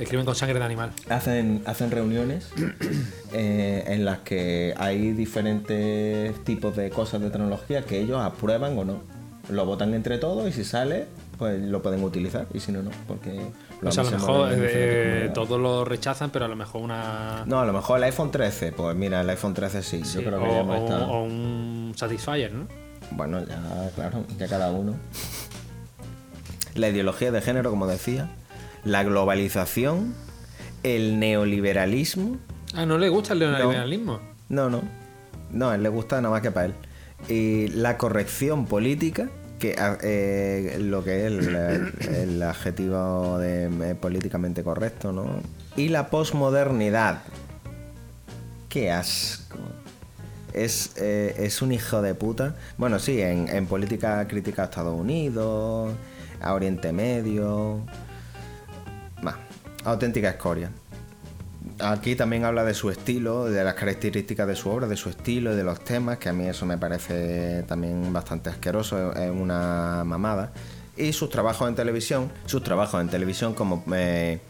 [SPEAKER 2] Escriben con sangre de animal.
[SPEAKER 3] hacen, hacen reuniones [CLEARS THROAT] eh, en las que hay diferentes tipos de cosas de tecnología que ellos aprueban o no. Lo votan entre todos y si sale, pues lo pueden utilizar y si no, no. Porque
[SPEAKER 2] O
[SPEAKER 3] los
[SPEAKER 2] sea, a lo
[SPEAKER 3] amis se
[SPEAKER 2] mejor
[SPEAKER 3] mueven en
[SPEAKER 2] eh,
[SPEAKER 3] diferentes comunidades.
[SPEAKER 2] todos lo rechazan, pero a lo mejor una.
[SPEAKER 3] No, a lo mejor el iPhone 13, pues mira, el iPhone 13 sí, yo creo
[SPEAKER 2] o,
[SPEAKER 3] que ya hemos
[SPEAKER 2] o un,
[SPEAKER 3] estado-
[SPEAKER 2] o un Satisfyer, ¿no?
[SPEAKER 3] Bueno, ya, claro, ya cada uno. La ideología de género, como decía, la globalización, el neoliberalismo.
[SPEAKER 2] Ah, no le gusta el neoliberalismo.
[SPEAKER 3] No, no. No, a él le gusta nada más que para él. Y la corrección política, que a- eh, lo que es el, el adjetivo de eh, políticamente correcto, ¿no? Y la posmodernidad. Qué asco. Es, eh, es un hijo de puta. Bueno, sí, en, en política crítica a Estados Unidos, a Oriente Medio. Bah, auténtica escoria. Aquí también habla de su estilo, de las características de su obra, de su estilo y de los temas, que a mí eso me parece también bastante asqueroso, es es una mamada. Y sus trabajos en televisión, sus trabajos en televisión como eh,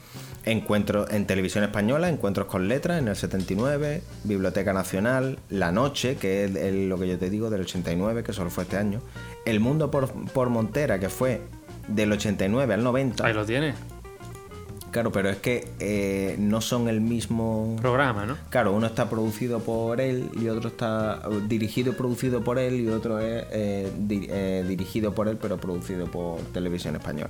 [SPEAKER 3] encuentros en televisión española, encuentros con letras en el 79, Biblioteca Nacional, La Noche, que es el- lo que yo te digo del 89, que solo fue este año, El Mundo por, por Montera, que fue del 89 al 90.
[SPEAKER 2] Ahí lo tienes.
[SPEAKER 3] Claro, pero es que eh, no son el mismo
[SPEAKER 2] programa, ¿no?
[SPEAKER 3] Claro, uno está producido por él y otro está eh, dirigido y producido por él y otro es eh, di- eh, dirigido por él pero producido por Televisión Española.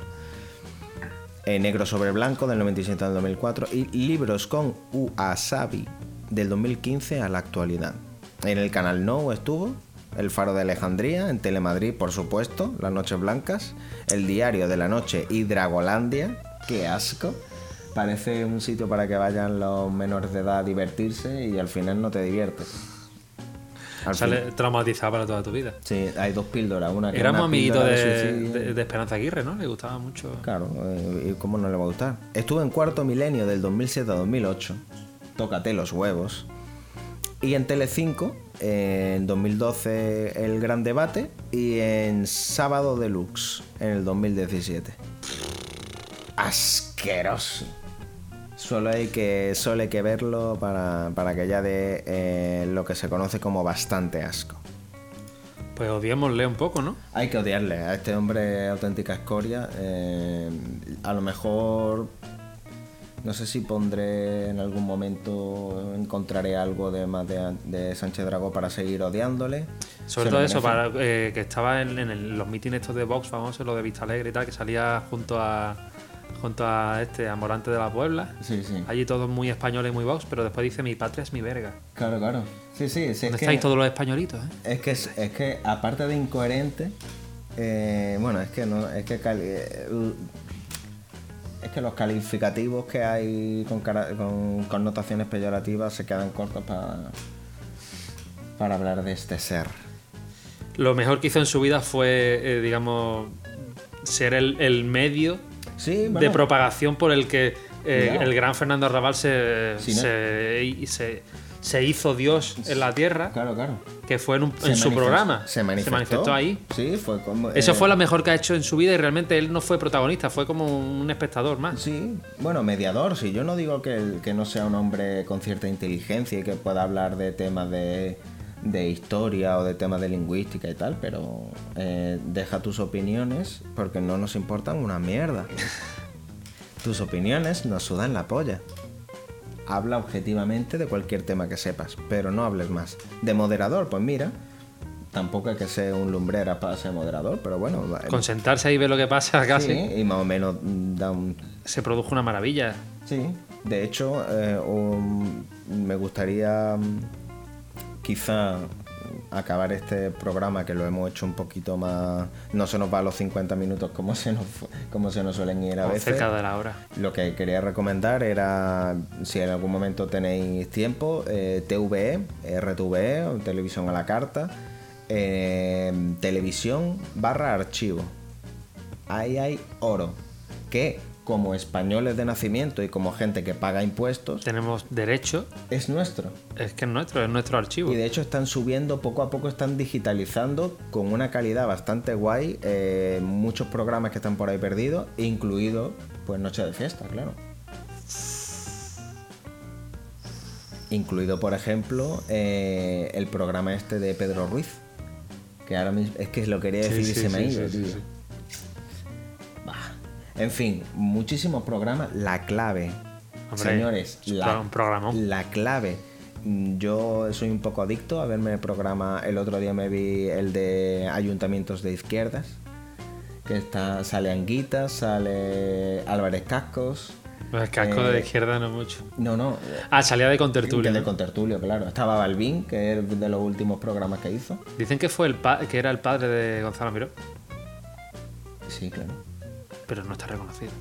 [SPEAKER 3] Eh, Negro sobre Blanco del 97 al 2004 y Libros con Uasabi del 2015 a la actualidad. En el canal No estuvo El Faro de Alejandría, en Telemadrid por supuesto, Las Noches Blancas, El Diario de la Noche y Dragolandia. ¡Qué asco! Parece un sitio para que vayan los menores de edad a divertirse y al final no te diviertes. Al
[SPEAKER 2] Sale
[SPEAKER 3] fin-
[SPEAKER 2] traumatizado para toda tu vida.
[SPEAKER 3] Sí, hay dos píldoras. Una que es
[SPEAKER 2] Éramos
[SPEAKER 3] una
[SPEAKER 2] amiguitos
[SPEAKER 3] píldora
[SPEAKER 2] de,
[SPEAKER 3] suicidio.
[SPEAKER 2] de- de Esperanza Aguirre, ¿no? Le gustaba mucho.
[SPEAKER 3] Claro, eh, ¿y cómo no le va a gustar? Estuve en cuarto milenio del 2007 a 2008, tócate los huevos. Y en Telecinco, eh, en 2012 El Gran Debate y en Sábado Deluxe, en el 2017. Asqueroso. Solo hay que, solo hay que verlo para, para que ya dé eh, lo que se conoce como bastante asco.
[SPEAKER 2] Pues odiémosle un poco, ¿no?
[SPEAKER 3] Hay que odiarle a este hombre es auténtica escoria. eh, a lo mejor, no sé si pondré en algún momento, encontraré algo de más de, de Sánchez Dragó para seguir odiándole. Se
[SPEAKER 2] Sobre todo
[SPEAKER 3] lo
[SPEAKER 2] eso,
[SPEAKER 3] merece.
[SPEAKER 2] para, eh, que estaba en, en el- los mítines estos de Vox famosos, los de Vista Alegre y tal, que salía junto a junto a este, a Morante de la Puebla.
[SPEAKER 3] Sí, sí.
[SPEAKER 2] Allí todos muy españoles, muy Vox, pero después dice mi patria es mi verga.
[SPEAKER 3] Claro, claro. Sí, sí, sí. Es
[SPEAKER 2] ¿Dónde
[SPEAKER 3] que-
[SPEAKER 2] estáis todos los españolitos, eh?
[SPEAKER 3] Es que, es es que aparte de incoherente, eh, bueno, es que no, es que cali- eh, es que los calificativos que hay con, cara- con connotaciones peyorativas se quedan cortos para para hablar de este ser.
[SPEAKER 2] Lo mejor que hizo en su vida fue, eh, digamos, ser el, el medio de
[SPEAKER 3] bueno.
[SPEAKER 2] propagación por el que eh,
[SPEAKER 3] Claro.
[SPEAKER 2] el gran Fernando Arrabal se,
[SPEAKER 3] Sí, ¿no?
[SPEAKER 2] se, y- se- se hizo Dios en la tierra.
[SPEAKER 3] Claro, claro.
[SPEAKER 2] Que fue en, un-
[SPEAKER 3] Se
[SPEAKER 2] en su
[SPEAKER 3] manifestó-
[SPEAKER 2] programa.
[SPEAKER 3] Se manifestó.
[SPEAKER 2] ahí.
[SPEAKER 3] Sí, fue como.
[SPEAKER 2] Eso
[SPEAKER 3] eh,
[SPEAKER 2] fue lo mejor que ha hecho en su vida y realmente él no fue protagonista, fue como un espectador más.
[SPEAKER 3] Sí, bueno, mediador, sí. Yo no digo que, el- que no sea un hombre con cierta inteligencia y que pueda hablar de temas de, de historia o de temas de lingüística y tal, pero eh, deja tus opiniones porque no nos importan una mierda. tus opiniones nos sudan la polla. Habla objetivamente de cualquier tema que sepas, pero no hables más. De moderador, pues mira, tampoco es que sea un lumbrera para ser moderador, pero bueno, va-
[SPEAKER 2] Con sentarse ahí y ver lo que pasa [LAUGHS] casi.
[SPEAKER 3] Eh, Sí, y más o menos mm, da un...
[SPEAKER 2] Se produjo una maravilla.
[SPEAKER 3] Sí. De hecho, eh, um, me gustaría mm, quizá acabar este programa que lo hemos hecho un poquito más... No se nos va a los 50 minutos como se nos, fu- como se nos suelen ir a
[SPEAKER 2] o
[SPEAKER 3] veces.
[SPEAKER 2] cerca de la hora.
[SPEAKER 3] Lo que quería recomendar era, si en algún momento tenéis tiempo, eh, TVE, RTVE, o E, Televisión a la Carta, eh, Televisión barra archivo. Ahí hay oro. Que como españoles de nacimiento y como gente que paga impuestos,
[SPEAKER 2] Tenemos derecho.
[SPEAKER 3] es nuestro.
[SPEAKER 2] Es que es nuestro, es nuestro archivo.
[SPEAKER 3] Y de hecho están subiendo, poco a poco están digitalizando con una calidad bastante guay eh, muchos programas que están por ahí perdidos, incluido pues Noche de Fiesta, claro. Incluido, por ejemplo, eh, el programa este de Pedro Ruiz. Que ahora mismo es que lo quería
[SPEAKER 2] Sí,
[SPEAKER 3] decir y
[SPEAKER 2] sí,
[SPEAKER 3] se me ha
[SPEAKER 2] sí,
[SPEAKER 3] ido,
[SPEAKER 2] sí, sí,
[SPEAKER 3] tío.
[SPEAKER 2] sí.
[SPEAKER 3] Bah. En fin, muchísimos programas. La clave.
[SPEAKER 2] Hombre,
[SPEAKER 3] Señores,
[SPEAKER 2] es un programón.
[SPEAKER 3] la clave. Mm, Yo soy un poco adicto a verme el programa. El otro día me vi el de Ayuntamientos de Izquierdas. Que está, sale Anguita, sale Álvarez Cascos.
[SPEAKER 2] El casco de
[SPEAKER 3] eh,
[SPEAKER 2] izquierda no mucho.
[SPEAKER 3] No, no.
[SPEAKER 2] Ah, salía de
[SPEAKER 3] que
[SPEAKER 2] Contertulio.
[SPEAKER 3] de Contertulio, claro. Estaba Balvin, que es de los últimos programas que hizo.
[SPEAKER 2] Dicen que fue el pa- que era el padre de Gonzalo Miró.
[SPEAKER 3] Sí, claro.
[SPEAKER 2] Pero no está reconocido.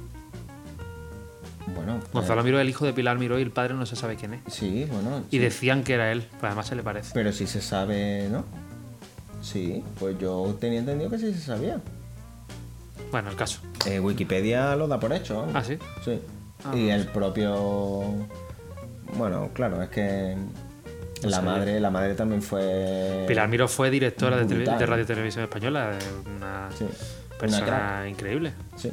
[SPEAKER 3] Bueno. pues-
[SPEAKER 2] Gonzalo Miró, el hijo de Pilar Miró y el padre no se sabe quién es.
[SPEAKER 3] Sí, bueno. sí.
[SPEAKER 2] Y decían que era él, pues además se le parece.
[SPEAKER 3] Pero si se sabe, ¿no? Sí, pues yo tenía entendido que sí se sabía.
[SPEAKER 2] Bueno, el caso.
[SPEAKER 3] Eh, Wikipedia lo da por hecho. vamos.
[SPEAKER 2] Ah, ¿sí?
[SPEAKER 3] Sí.
[SPEAKER 2] Ah,
[SPEAKER 3] y
[SPEAKER 2] no
[SPEAKER 3] el propio. Bueno, claro, es que.
[SPEAKER 2] No
[SPEAKER 3] La
[SPEAKER 2] sabía.
[SPEAKER 3] madre, la madre también fue.
[SPEAKER 2] Pilar Miró fue directora de, tele-
[SPEAKER 3] brutal.
[SPEAKER 2] de Radio Televisión Española, de una
[SPEAKER 3] Sí. Pues
[SPEAKER 2] persona
[SPEAKER 3] crack.
[SPEAKER 2] increíble.
[SPEAKER 3] Sí.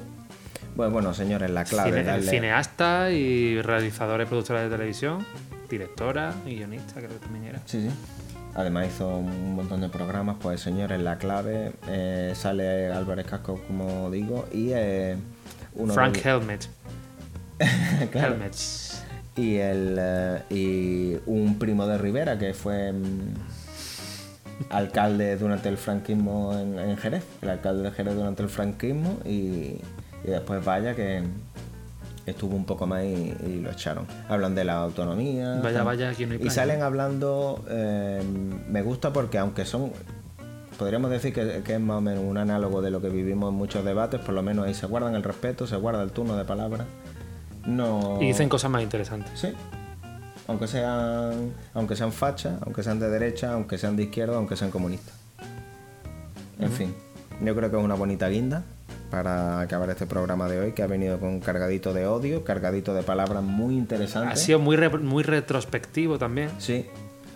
[SPEAKER 3] Bueno, bueno, señores, la clave
[SPEAKER 2] Cine-
[SPEAKER 3] darle-
[SPEAKER 2] Cineasta y realizadora y productora de televisión, directora y guionista, creo que también era.
[SPEAKER 3] Sí, sí. Además hizo un montón de programas, pues señores, la clave eh, sale Álvarez Casco, como digo, y eh, uno
[SPEAKER 2] Frank
[SPEAKER 3] de-
[SPEAKER 2] Helmet.
[SPEAKER 3] [LAUGHS] Claro.
[SPEAKER 2] Helmet.
[SPEAKER 3] y el eh, y un primo de Rivera que fue mm, alcalde durante el franquismo en, en Jerez, el alcalde de Jerez durante el franquismo y, y después vaya que estuvo un poco más y, y lo echaron. Hablan de la autonomía.
[SPEAKER 2] Vaya,
[SPEAKER 3] tal.
[SPEAKER 2] vaya, aquí no hay
[SPEAKER 3] Y
[SPEAKER 2] plan,
[SPEAKER 3] salen hablando, eh, me gusta porque aunque son, podríamos decir que, que es más o menos un análogo de lo que vivimos en muchos debates, por lo menos ahí se guardan el respeto, se guarda el turno de palabra. No...
[SPEAKER 2] Y dicen cosas más interesantes.
[SPEAKER 3] Sí. Aunque sean, aunque sean fachas, aunque sean de derecha, aunque sean de izquierda, aunque sean comunistas. En fin, yo creo que es una bonita guinda para acabar este programa de hoy que ha venido con cargadito de odio, cargadito de palabras muy
[SPEAKER 2] Ha
[SPEAKER 3] interesantes.
[SPEAKER 2] sido muy, re- muy retrospectivo también.
[SPEAKER 3] Sí,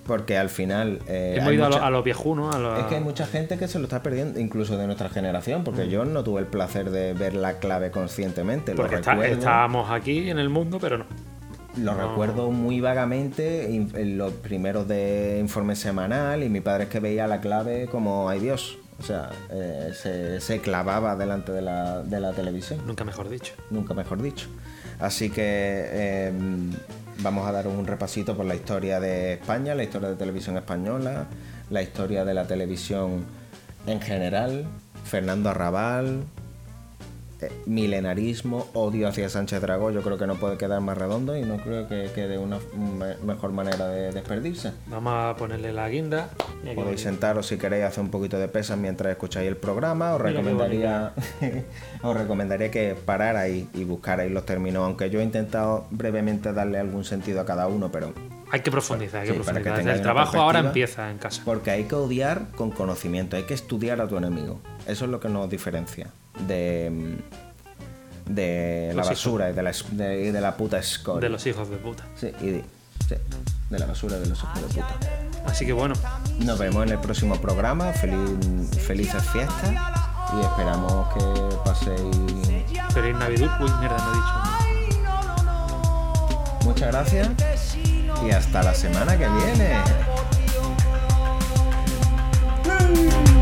[SPEAKER 3] porque al final... eh,
[SPEAKER 2] Hemos
[SPEAKER 3] hay
[SPEAKER 2] ido a lo-
[SPEAKER 3] mucha-
[SPEAKER 2] a los viejunos, a los...
[SPEAKER 3] Es que hay mucha gente que se lo está perdiendo, incluso de nuestra generación, porque yo no tuve el placer de ver la clave conscientemente. lo
[SPEAKER 2] porque está-
[SPEAKER 3] recuerdo.
[SPEAKER 2] estábamos aquí en el mundo, pero no.
[SPEAKER 3] Lo
[SPEAKER 2] No.
[SPEAKER 3] recuerdo muy vagamente in- en los primeros de informe semanal y mi padre es que veía la clave como ay Dios. O sea, eh, se, se clavaba delante de la, de la televisión,
[SPEAKER 2] Nunca mejor dicho.
[SPEAKER 3] nunca mejor dicho. Así que eh, vamos a dar un repasito por la historia de España, la historia de televisión española, la historia de la televisión en general, Fernando Arrabal, eh, milenarismo, odio hacia Sánchez Dragó, yo creo que no puede quedar más redondo y no creo que quede una me- mejor manera de despedirse.
[SPEAKER 2] Vamos a ponerle la guinda. Y aquí-
[SPEAKER 3] Podéis sentaros si queréis hacer un poquito de pesas mientras escucháis el programa. Os
[SPEAKER 2] Mira qué
[SPEAKER 3] recomendaría, [LAUGHS] os recomendaría que pararais y buscarais los términos, aunque yo he intentado brevemente darle algún sentido a cada uno, pero
[SPEAKER 2] Hay que profundizar, hay que
[SPEAKER 3] Sí, para que
[SPEAKER 2] profundizar.
[SPEAKER 3] tengáis
[SPEAKER 2] el
[SPEAKER 3] una
[SPEAKER 2] trabajo ahora
[SPEAKER 3] perspectiva.
[SPEAKER 2] empieza en casa.
[SPEAKER 3] Porque hay que odiar con conocimiento, hay que estudiar a tu enemigo. Eso es lo que nos diferencia de, de la
[SPEAKER 2] Los hijos.
[SPEAKER 3] basura y de la, es- de- y de la puta escoria.
[SPEAKER 2] De los hijos de puta.
[SPEAKER 3] Sí, y de, sí, de la basura de los hijos de puta.
[SPEAKER 2] Así que bueno,
[SPEAKER 3] Nos vemos en el próximo programa. Feliz, felices fiestas y esperamos que paséis.
[SPEAKER 2] feliz Navidad. Uy, mierda, no he dicho.
[SPEAKER 3] Muchas gracias y hasta la semana que viene.
[SPEAKER 1] Mm. este